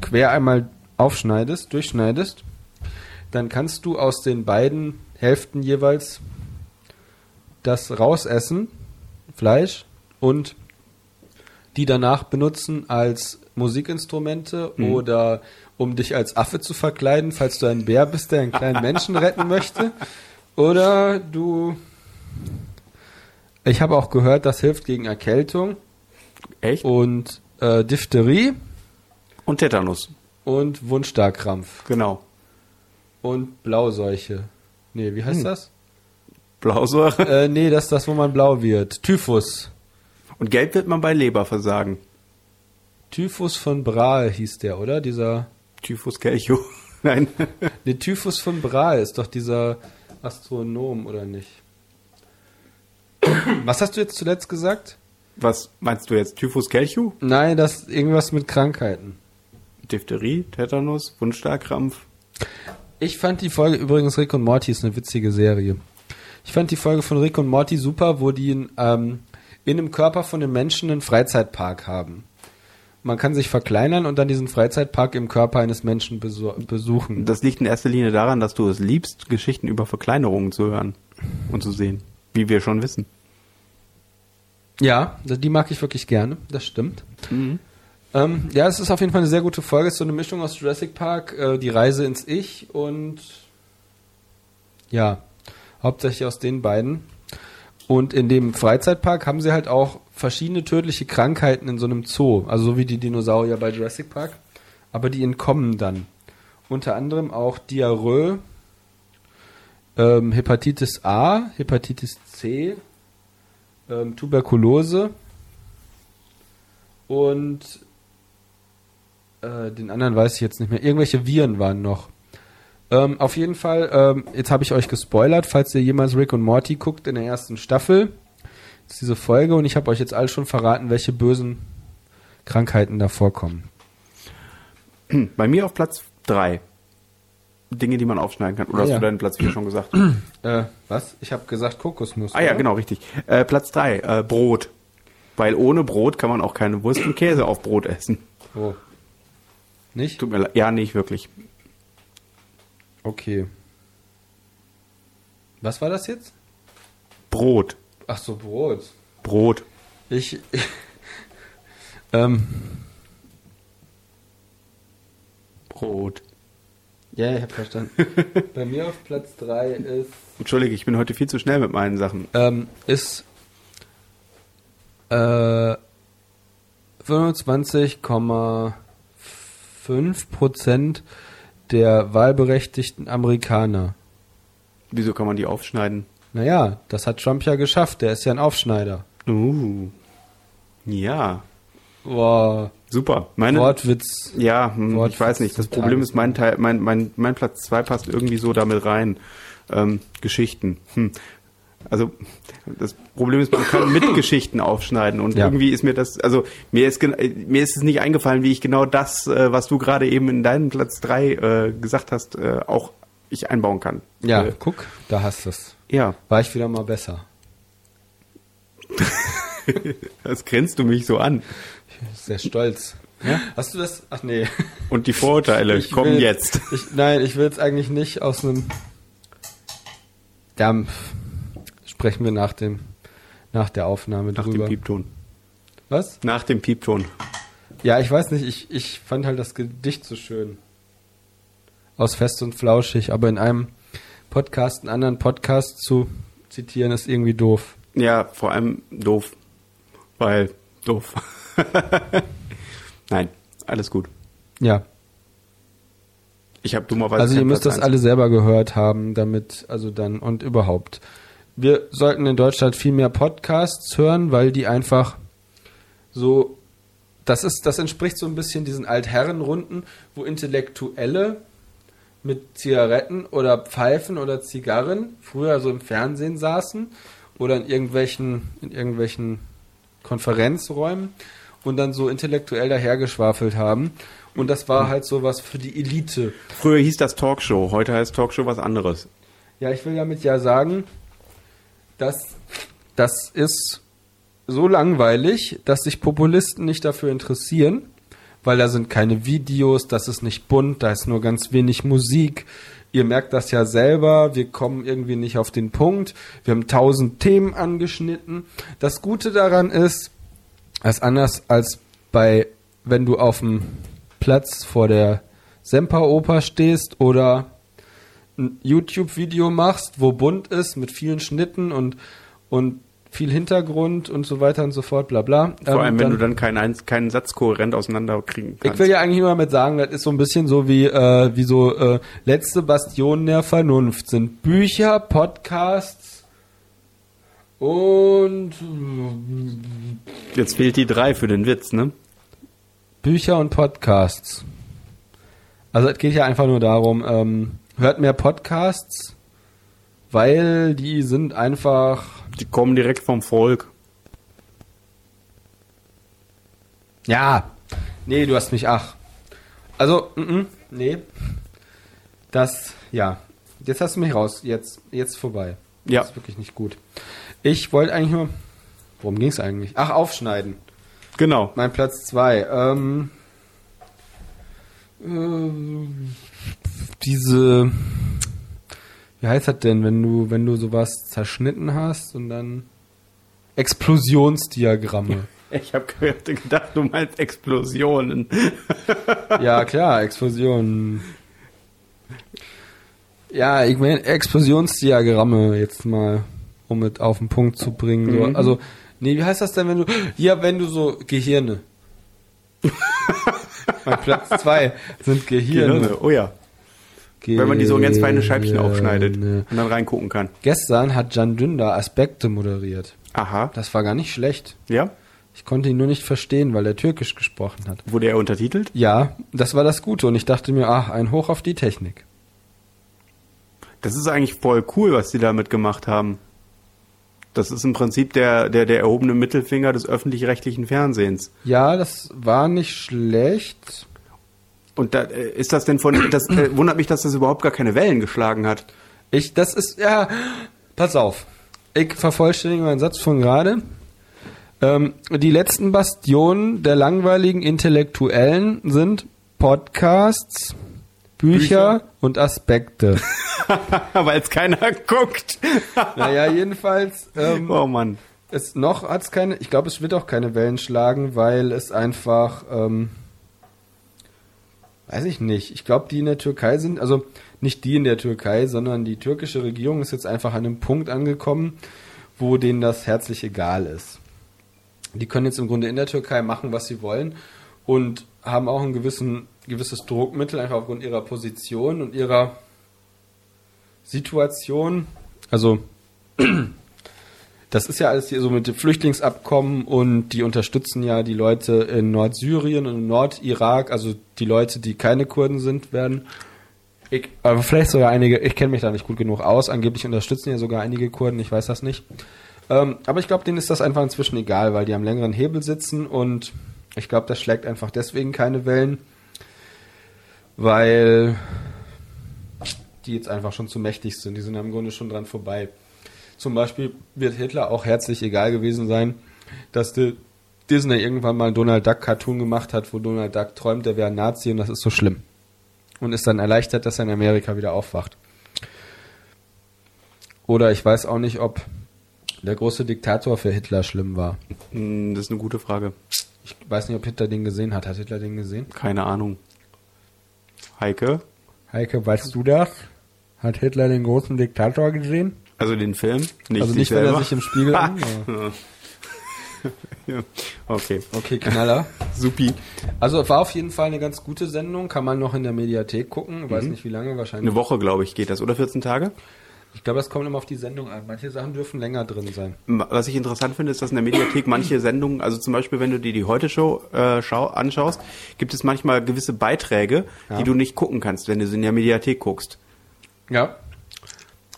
quer einmal aufschneidest, durchschneidest, dann kannst du aus den beiden Hälften jeweils das rausessen, Fleisch und die danach benutzen als Musikinstrumente oder um dich als Affe zu verkleiden, falls du ein Bär bist, der einen kleinen Menschen retten möchte. Oder du. Ich habe auch gehört, das hilft gegen Erkältung Oh.
Echt?
und äh, Diphtherie
Und Tetanus.
und Wundstarkrampf
Genau.
und Blauseuche. Nee, wie heißt das?
Blausäure.
Äh, nee, das ist das, wo man blau wird. Typhus.
Und gelb wird man bei Leberversagen.
Typhus von Brahe hieß der, oder? Dieser.
Typhus Kelcho. Nein.
Ne, Typhus von Brahe ist doch dieser Astronom, oder nicht? Was hast du jetzt zuletzt gesagt?
Was meinst du jetzt? Typhus Kelcho?
Nein, das irgendwas mit Krankheiten.
Diphtherie, Tetanus, Wundstarkrampf.
Ich fand die Folge übrigens Rick und Morty ist eine witzige Serie. Ich fand die Folge von Rick und Morty super, wo die in, ähm, in dem Körper von einem Menschen einen Freizeitpark haben. Man kann sich verkleinern und dann diesen Freizeitpark im Körper eines Menschen besu- besuchen.
Das liegt in erster Linie daran, dass du es liebst, Geschichten über Verkleinerungen zu hören und zu sehen. Wie wir schon wissen.
Ja, also die mag ich wirklich gerne, das stimmt. Ähm, ja, es ist auf jeden Fall eine sehr gute Folge. Es ist so eine Mischung aus Jurassic Park, äh, die Reise ins Ich und ja, hauptsächlich aus den beiden. Und in dem Freizeitpark haben sie halt auch verschiedene tödliche Krankheiten in so einem Zoo, also so wie die Dinosaurier bei Jurassic Park, aber die entkommen dann. Unter anderem auch Diarrhoe, ähm, Hepatitis A, Hepatitis C, ähm, Tuberkulose und äh, den anderen weiß ich jetzt nicht mehr. Irgendwelche Viren waren noch. Ähm, auf jeden Fall, ähm, jetzt habe ich euch gespoilert, falls ihr jemals Rick und Morty guckt in der ersten Staffel. Ist diese Folge und ich habe euch jetzt alle schon verraten, welche bösen Krankheiten da vorkommen.
Bei mir auf Platz drei Dinge, die man aufschneiden kann. Oder hast
Ja.
du deinen Platz vier schon gesagt?
Äh, was? Ich habe gesagt Kokosnuss.
Ah ja,
oder?
genau, richtig. Äh, Platz drei äh, Brot. Weil ohne Brot kann man auch keine Wurst und Käse auf Brot essen.
Oh. Nicht?
Tut mir leid. Ja, nicht wirklich.
Okay. Was war das jetzt?
Brot.
Ach so, Brot.
Brot.
Ich. ähm,
Brot.
ja, ich habe verstanden. Bei mir auf Platz 3 ist.
Entschuldige, ich bin heute viel zu schnell mit meinen Sachen.
Ähm, ist. Äh, 25,5% der wahlberechtigten Amerikaner.
Wieso kann man die aufschneiden?
Naja, das hat Trump ja geschafft. Der ist ja ein Aufschneider.
Uh. Ja.
Boah,
Super. Meine,
Wortwitz.
Ja, hm,
Wort
ich weiß nicht. Das
zum
Problem ist, mein,
Tagesende.
Teil, mein, mein, mein Platz zwei passt irgendwie so damit rein. Ähm, Geschichten. Hm. Also das Problem ist, man kann mit Geschichten aufschneiden und
Ja.
irgendwie ist mir das, also mir ist gen- äh, mir ist es nicht eingefallen, wie ich genau das, äh, was du gerade eben in deinem Platz drei äh, gesagt hast, äh, auch ich einbauen kann.
Ja,
Äh,
guck, da hast du's.
ja.
War ich wieder mal besser.
Das grinst du mich so an.
Sehr stolz. Hast du das? Ach nee.
Und die Vorurteile
Ich
kommen
will-
jetzt.
Ich, nein, ich will jetzt eigentlich nicht aus einem Dampf. Sprechen wir nach dem nach der Aufnahme
Nach
drüber.
dem Piepton.
Was?
Nach dem Piepton.
Ja, ich weiß nicht, ich, ich fand halt das Gedicht so schön. Aus Fest und Flauschig, aber in einem Podcast, einen anderen Podcast zu zitieren, ist irgendwie doof.
Ja, vor allem doof. Weil doof. Nein, alles gut.
Ja.
Ich habe dummerweise.
Also ihr
keinen
müsst
Platz
das
eins.
alle selber gehört haben, damit, also dann und überhaupt. Wir sollten in Deutschland viel mehr Podcasts hören, weil die einfach so, das ist, das entspricht so ein bisschen diesen Altherrenrunden, wo Intellektuelle mit Zigaretten oder Pfeifen oder Zigarren früher so im Fernsehen saßen oder in irgendwelchen, in irgendwelchen Konferenzräumen und dann so intellektuell dahergeschwafelt haben. Und das war halt sowas für die Elite.
Früher hieß das Talkshow, heute heißt Talkshow was anderes.
Ja, ich will damit ja sagen, dass das ist so langweilig, dass sich Populisten nicht dafür interessieren, weil da sind keine Videos, das ist nicht bunt, da ist nur ganz wenig Musik. Ihr merkt das ja selber, wir kommen irgendwie nicht auf den Punkt. Wir haben tausend Themen angeschnitten. Das Gute daran ist, Das ist anders als bei, wenn du auf dem Platz vor der Semperoper stehst oder ein YouTube-Video machst, wo bunt ist, mit vielen Schnitten und, und viel Hintergrund und so weiter und so fort, bla bla.
Vor
Ähm,
allem, wenn du dann keinen, einz- keinen Satz kohärent auseinanderkriegen kannst.
Ich will ja eigentlich nur damit sagen, das ist so ein bisschen so wie, äh, wie so äh, letzte Bastion der Vernunft sind Bücher, Podcasts und
Jetzt fehlt die drei für den Witz, ne?
Bücher und Podcasts. Also es geht ja einfach nur darum, ähm, hört mehr Podcasts, weil die sind einfach,
Die kommen direkt vom Volk.
ja, nee, du hast mich, ach. Also, mhm, nee, das, ja, jetzt hast du mich raus, jetzt, jetzt vorbei.
Ja.
Das ist wirklich nicht gut. Ich wollte eigentlich nur, worum ging es eigentlich? Ach, aufschneiden.
Genau.
Mein Platz 2. Ähm, ähm, diese. Wie heißt das denn, wenn du, wenn du sowas zerschnitten hast und dann. Explosionsdiagramme.
Ich habe gedacht, du meinst Explosionen.
ja, klar, Explosionen. Ja, ich meine, Explosionsdiagramme jetzt mal, um es auf den Punkt zu bringen. So.
Mhm.
Also, nee, wie heißt das denn, wenn du. Ja, wenn du so Gehirne. mein Platz zwei sind Gehirne.
Oh ja. Wenn man die so in ganz feine Scheibchen aufschneidet
Gehirne.
und dann reingucken kann.
Gestern hat Jan Dündar Aspekte moderiert.
Aha.
Das war gar nicht schlecht.
Ja?
Ich konnte ihn nur nicht verstehen, weil er türkisch gesprochen hat.
Wurde er untertitelt?
Ja, das war das Gute und ich dachte mir, ach, ein Hoch auf die Technik.
Das ist eigentlich voll cool, was die damit gemacht haben. Das ist im Prinzip der, der, der erhobene Mittelfinger des öffentlich-rechtlichen Fernsehens.
Ja, das war nicht schlecht.
Und da, äh, ist das denn von, das äh, wundert mich, dass das überhaupt gar keine Wellen geschlagen hat.
Ich, das ist, ja, pass auf. Ich vervollständige meinen Satz von gerade. Ähm, die letzten Bastionen der langweiligen Intellektuellen sind Podcasts, Bücher.
Bücher.
und Aspekte.
Weil es keiner guckt.
Naja, jedenfalls, ähm,
Oh Mann.
es noch hat es keine, ich glaube, es wird auch keine Wellen schlagen, weil es einfach, ähm, weiß ich nicht, ich glaube, die in der Türkei sind, also nicht die in der Türkei, sondern die türkische Regierung ist jetzt einfach an einem Punkt angekommen, wo denen das herzlich egal ist. Die können jetzt im Grunde in der Türkei machen, was sie wollen und haben auch ein gewissen, gewisses Druckmittel, einfach aufgrund ihrer Position und ihrer Situation. Also das ist ja alles hier so mit dem Flüchtlingsabkommen und die unterstützen ja die Leute in Nordsyrien und im Nordirak, also die Leute, die keine Kurden sind, werden. Ich, aber vielleicht sogar einige, ich kenne mich da nicht gut genug aus, angeblich unterstützen ja sogar einige Kurden, ich weiß das nicht. Ähm, aber ich glaube, denen ist das einfach inzwischen egal, weil die am längeren Hebel sitzen und ich glaube, das schlägt einfach deswegen keine Wellen, weil die jetzt einfach schon zu mächtig sind. Die sind ja im Grunde schon dran vorbei. Zum Beispiel wird Hitler auch herzlich egal gewesen sein, dass die Disney irgendwann mal einen Donald Duck Cartoon gemacht hat, wo Donald Duck träumt, er wäre ein Nazi und das ist so schlimm. Und ist dann erleichtert, dass er in Amerika wieder aufwacht. Oder ich weiß auch nicht, ob der große Diktator für Hitler schlimm war.
Hm, Das ist eine gute Frage.
Ich weiß nicht, ob Hitler den gesehen hat. Hat Hitler den gesehen?
Keine Ahnung. Heike?
Heike, weißt du das? Hat Hitler den großen Diktator gesehen?
Also den Film? Nicht
also nicht,
dich
wenn er
selber?
sich im Spiegel an.
Ja. Okay.
Okay, Knaller.
Supi.
Also war auf jeden Fall eine ganz gute Sendung, kann man noch in der Mediathek gucken, weiß nicht wie lange wahrscheinlich.
Mhm. Eine Woche, glaube ich, geht das. Oder 14 Tage?
Ich glaube, das kommt immer auf die Sendung an. Manche Sachen dürfen länger drin sein.
Was ich interessant finde, ist, dass in der Mediathek manche Sendungen, also zum Beispiel, wenn du dir die Heute-Show äh, schau- anschaust, gibt es manchmal gewisse Beiträge,
Ja.
die du nicht gucken kannst, wenn du sie in der Mediathek guckst.
Ja.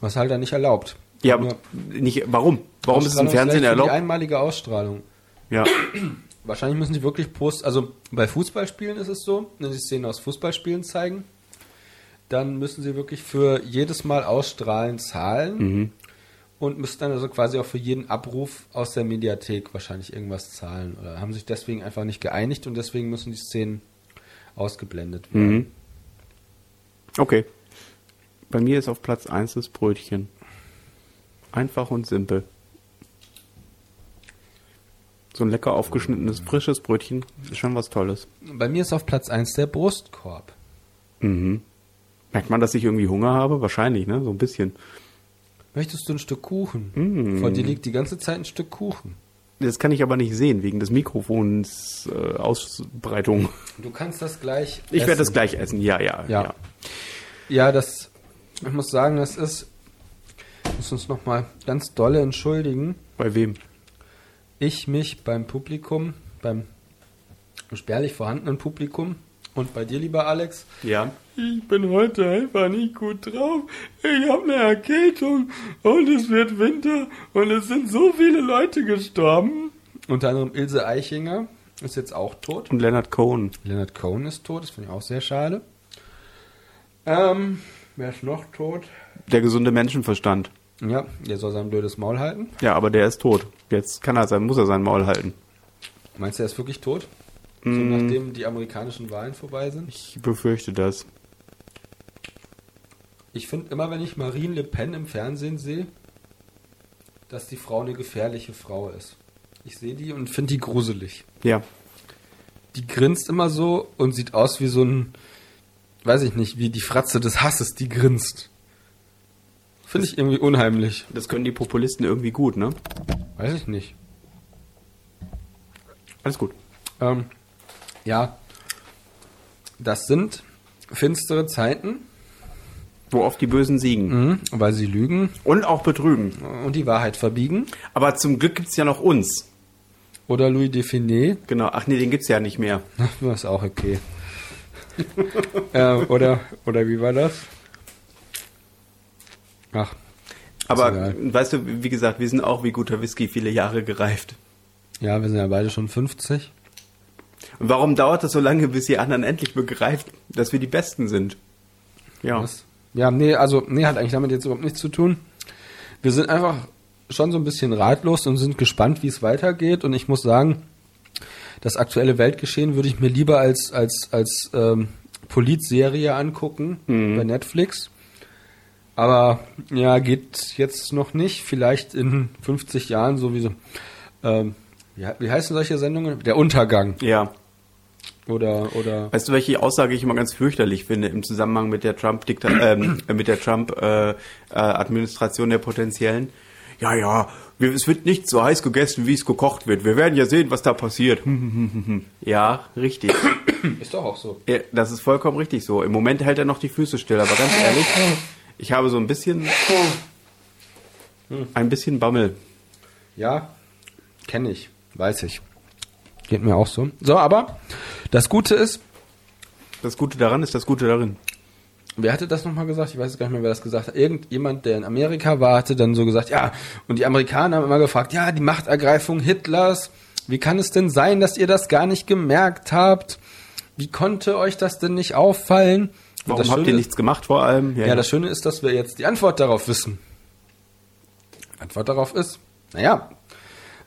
Was halt da nicht erlaubt.
Ja, aber
Nur
nicht, warum? Warum ist es im
Ausstrahlungsrecht
Fernsehen
für Die
erlaubt?
einmalige Ausstrahlung.
Ja.
Wahrscheinlich müssen die wirklich Post, also bei Fußballspielen ist es so, wenn sie Szenen aus Fußballspielen zeigen, dann müssen sie wirklich für jedes Mal ausstrahlen zahlen
Mhm.
und müssen dann also quasi auch für jeden Abruf aus der Mediathek wahrscheinlich irgendwas zahlen oder haben sich deswegen einfach nicht geeinigt und deswegen müssen die Szenen ausgeblendet werden.
Okay. Bei mir ist auf Platz 1 das Brötchen. Einfach und simpel. So ein lecker aufgeschnittenes, frisches Brötchen ist schon was Tolles.
Bei mir ist auf Platz 1 der Brustkorb.
Merkt man, dass ich irgendwie Hunger habe? Wahrscheinlich, ne? So ein bisschen.
Möchtest du ein Stück Kuchen?
Mhm.
Vor dir liegt die ganze Zeit ein Stück Kuchen.
Das kann ich aber nicht sehen, wegen des Mikrofons äh, Ausbreitung.
Du kannst das gleich.
Ich werde das
essen.
gleich essen, ja, ja,
Ja. Ja, das. Ich muss sagen, das ist. Ich muss uns nochmal ganz dolle entschuldigen.
Bei wem?
Ich mich beim Publikum, beim spärlich vorhandenen Publikum und bei dir, lieber Alex.
Ja.
Ich bin heute einfach nicht gut drauf. Ich habe eine Erkältung und es wird Winter und es sind so viele Leute gestorben. Unter anderem Ilse Eichinger ist jetzt auch tot.
Und Leonard Cohen.
Leonard Cohen ist tot, das finde ich auch sehr schade. Ähm, wer ist noch tot?
Der gesunde Menschenverstand.
Ja, der soll sein blödes Maul halten.
Ja, aber der ist tot. Jetzt kann er sein, muss er sein Maul halten.
Meinst du, er ist wirklich tot? So, nachdem die amerikanischen Wahlen vorbei sind?
Ich befürchte das.
Ich finde immer, wenn ich Marine Le Pen im Fernsehen sehe, dass die Frau eine gefährliche Frau ist. Ich sehe die und finde die gruselig.
Ja.
Die grinst immer so und sieht aus wie so ein, weiß ich nicht, wie die Fratze des Hasses, die grinst. Finde ich irgendwie unheimlich.
Das können die Populisten irgendwie gut, ne?
Weiß ich nicht.
Alles gut.
Ähm, ja, das sind finstere Zeiten,
Wo oft die Bösen siegen.
mhm. weil sie lügen
Und auch betrügen.
und die Wahrheit verbiegen.
Aber zum Glück gibt's ja noch uns.
Oder Louis Define,
Genau. Ach nee, den gibt's ja nicht mehr.
das ist auch okay. ähm, oder, oder wie war das? Ach,
Aber
egal.
weißt du, wie gesagt, wir sind auch wie guter Whisky viele Jahre gereift.
ja, wir sind ja beide schon 50.
Und warum dauert das so lange, bis die anderen endlich begreifen, dass wir die Besten sind? Ja.
Was? Ja, nee, also, nee, hat eigentlich damit jetzt überhaupt nichts zu tun. Wir sind einfach schon so ein bisschen ratlos und sind gespannt, wie es weitergeht. Und ich muss sagen, das aktuelle Weltgeschehen würde ich mir lieber als, als, als ähm, Politserie angucken bei Netflix. Aber ja, geht jetzt noch nicht. Vielleicht in 50 Jahren sowieso. Ähm, wie, he- wie heißen solche Sendungen? Der Untergang.
Ja.
Oder, oder.
Weißt du, welche Aussage ich immer ganz fürchterlich finde im Zusammenhang mit der Trump ähm, äh, mit der Trump äh, äh, Administration der potenziellen? Ja, ja, wir, es wird nicht so heiß gegessen, wie es gekocht wird. Wir werden ja sehen, was da passiert. Hm, hm, hm, hm, hm. ja, richtig.
Ist doch auch so.
Ja, das ist vollkommen richtig so. Im Moment hält er noch die Füße still, aber ganz ehrlich, ich habe so ein bisschen ein bisschen Bammel.
Ja, kenne ich, weiß ich. Geht mir auch so. So, aber das Gute ist,
Das Gute daran ist das Gute darin.
wer hatte das nochmal gesagt? Ich weiß jetzt gar nicht mehr, wer das gesagt hat. Irgendjemand, der in Amerika war, hatte dann so gesagt, ja, und die Amerikaner haben immer gefragt, ja, die Machtergreifung Hitlers, wie kann es denn sein, dass ihr das gar nicht gemerkt habt? Wie konnte euch das denn nicht auffallen? Und
Warum
das
habt
Schöne
ihr
ist-
nichts gemacht vor allem?
Ja, das Schöne ist, dass wir jetzt die Antwort darauf wissen. Antwort darauf ist, naja,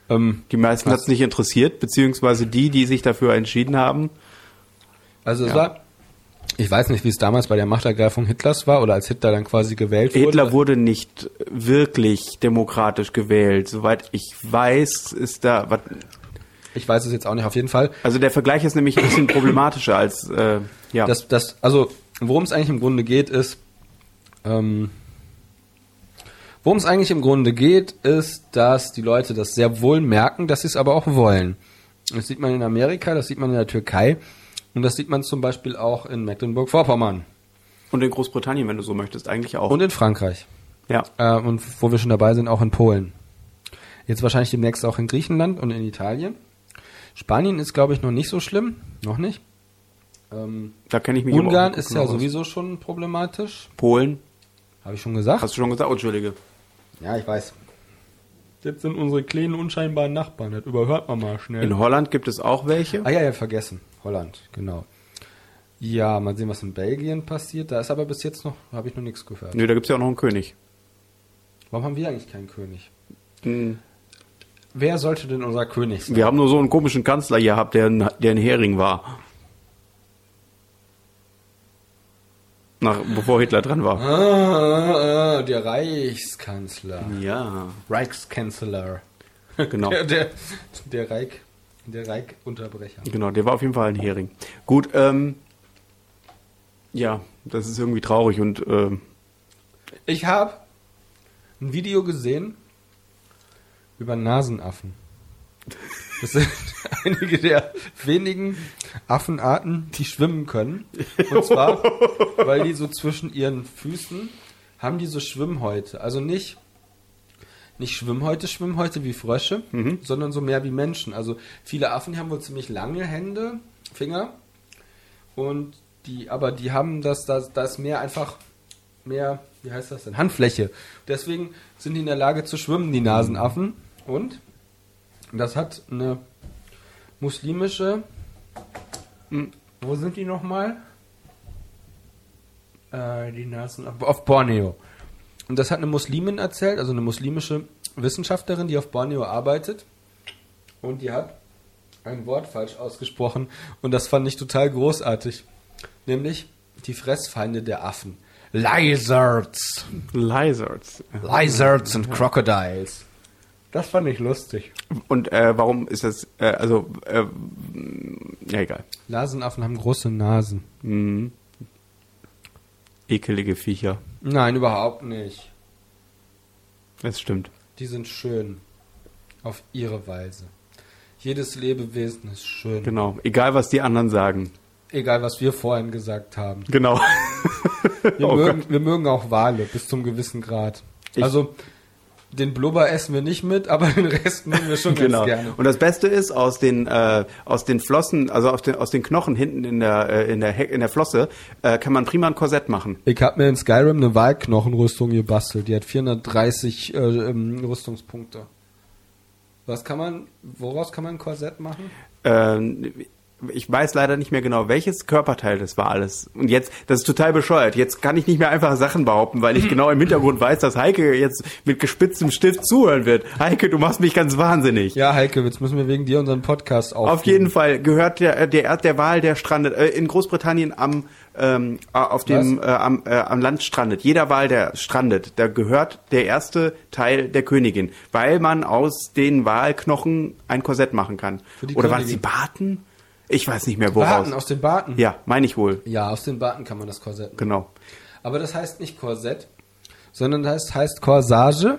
ähm,
die meisten hat es nicht interessiert, beziehungsweise die, die sich dafür entschieden haben,
Also es war, ich weiß nicht, wie es damals bei der Machtergreifung Hitlers war oder als Hitler dann quasi gewählt wurde.
Hitler wurde nicht wirklich demokratisch gewählt. Soweit ich weiß, ist da. wat-
Ich weiß es jetzt auch nicht. Auf jeden Fall,
Also der Vergleich ist nämlich ein bisschen problematischer als. Äh, ja.
das, das, also worum es eigentlich im Grunde geht, ist, ähm, worum es eigentlich im Grunde geht, ist, dass die Leute das sehr wohl merken, dass sie es aber auch wollen. Das sieht man in Amerika, das sieht man in der Türkei und das sieht man zum Beispiel auch in Mecklenburg-Vorpommern
und in Großbritannien, wenn du so möchtest, eigentlich auch.
und in Frankreich.
ja.
äh, und wo wir schon dabei sind, auch in Polen. Jetzt wahrscheinlich demnächst auch in Griechenland und in Italien. Spanien ist, glaube ich, noch nicht so schlimm. Noch nicht. Ähm,
Da kenne ich mich aber auch
Ungarn
nicht
ist
genau
ja
aus.
sowieso schon problematisch.
Polen,
Habe ich schon gesagt?
hast du schon gesagt, oh, entschuldige.
Ja, ich weiß. Jetzt sind unsere kleinen, unscheinbaren Nachbarn. Das überhört man mal schnell.
In Holland gibt es auch welche.
Ah ja, ja, vergessen. Holland, genau. Ja, mal sehen, was in Belgien passiert. Da ist aber bis jetzt noch, habe ich noch nichts gehört.
Nö, da gibt es ja auch noch einen König.
Warum haben wir eigentlich keinen König?
Hm.
Wer sollte denn unser König sein?
Wir haben nur so einen komischen Kanzler hier gehabt, der ein, der ein Hering war. Nach, bevor Hitler dran war.
Ah, ah, ah, der Reichskanzler.
Ja.
Reichskanzler.
Genau.
Der, der, der Reik, der Reik-Unterbrecher.
Genau, der war auf jeden Fall ein Hering. Gut, ähm, ja, das ist irgendwie traurig und ähm,
Ich habe ein Video gesehen über Nasenaffen. Das sind einige der wenigen Affenarten, die schwimmen können. Und zwar, weil die so zwischen ihren Füßen haben die so Schwimmhäute. Also nicht, nicht Schwimmhäute, Schwimmhäute wie Frösche, sondern so mehr wie Menschen. Also viele Affen haben wohl ziemlich lange Hände, Finger. Und die, aber die haben das, das, das mehr einfach mehr, wie heißt das denn? Handfläche. Deswegen sind die in der Lage zu schwimmen, die Nasenaffen. Und das hat eine muslimische. hm, Wo sind die nochmal? Äh, die Nasenaffen. Auf Borneo. Und das hat eine Muslimin erzählt, also eine muslimische Wissenschaftlerin, die auf Borneo arbeitet. Und die hat ein Wort falsch ausgesprochen. Und das fand ich total großartig. Nämlich die Fressfeinde der Affen. Lizards.
Lizards.
Lizards and Crocodiles. Das fand ich lustig.
Und äh, warum ist das, äh, also, äh, ja egal,
Nasenaffen haben große Nasen.
ekelige Viecher.
Nein, überhaupt nicht.
Das stimmt.
Die sind schön. Auf ihre Weise. Jedes Lebewesen ist schön.
Genau, egal was die anderen sagen.
Egal, was wir vorhin gesagt haben.
Genau.
Wir,
Oh
mögen, wir mögen auch Wale bis zum gewissen Grad.
Ich-
also, den Blubber essen wir nicht mit, aber den Rest nehmen wir schon
Genau.
ganz gerne.
Und das Beste ist, aus den, äh, aus den Flossen, also aus den, aus den Knochen hinten in der, äh, in der, Heck, in der Flosse, äh, kann man prima ein Korsett machen.
Ich habe mir in Skyrim eine Wahlknochenrüstung gebastelt. Die hat 430 äh, ähm, Rüstungspunkte. Was kann man, woraus kann man ein Korsett machen?
Ähm, ich weiß leider nicht mehr genau, welches Körperteil das war alles. Und jetzt, das ist total bescheuert. Jetzt kann ich nicht mehr einfach Sachen behaupten, weil ich genau im Hintergrund weiß, dass Heike jetzt mit gespitztem Stift zuhören wird. Heike, du machst mich ganz wahnsinnig.
Ja, Heike, jetzt müssen wir wegen dir unseren Podcast aufgeben.
Auf jeden Fall gehört der, äh, der Erd der Wahl, der strandet äh, in Großbritannien am ähm, äh, auf dem äh, am, äh, am Land strandet. Jeder Wal, der strandet, da gehört der erste Teil der Königin, weil man aus den Walknochen ein Korsett machen kann.
die
Oder waren es die
Königin.
Barten? Ich weiß nicht mehr woraus.
Barten, aus den Barten.
ja, meine ich wohl.
Ja, aus den Barten kann man das Korsett machen.
Genau.
Aber das heißt nicht Korsett, sondern das heißt Corsage.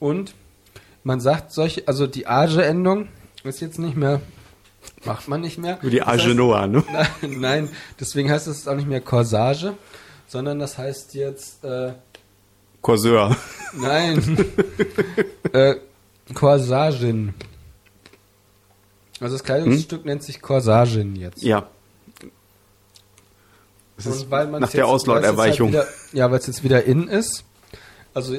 Und man sagt solche, also die Age-Endung ist jetzt nicht mehr, macht man nicht mehr.
Nur die
Das heißt-
Agenoa, ne?
Nein, nein, deswegen heißt es auch nicht mehr Corsage, sondern das heißt jetzt, äh,
Corseur.
nein, äh, Corsagin. Also das Kleidungsstück nennt sich Corsagin jetzt.
ja. Das
Und
ist
weil man's
nach der
jetzt-
Auslauterweichung.
weil's jetzt Halt wieder- ja, weil es jetzt wieder in ist. Also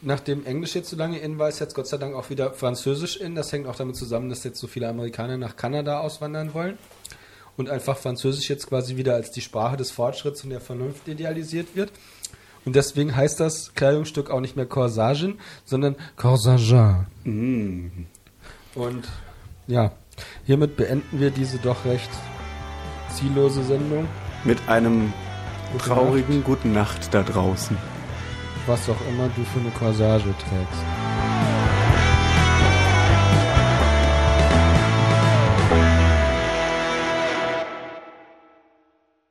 nachdem Englisch jetzt so lange in war, ist jetzt Gott sei Dank auch wieder Französisch in. Das hängt auch damit zusammen, dass jetzt so viele Amerikaner nach Kanada auswandern wollen. Und einfach Französisch jetzt quasi wieder als die Sprache des Fortschritts und der Vernunft idealisiert wird. Und deswegen heißt das Kleidungsstück auch nicht mehr Corsagin, sondern Corsagin.
Mm.
Und ja, hiermit beenden wir diese doch recht ziellose Sendung.
mit einem
Gute
traurigen Guten Nacht da draußen.
was auch immer du für eine Corsage trägst.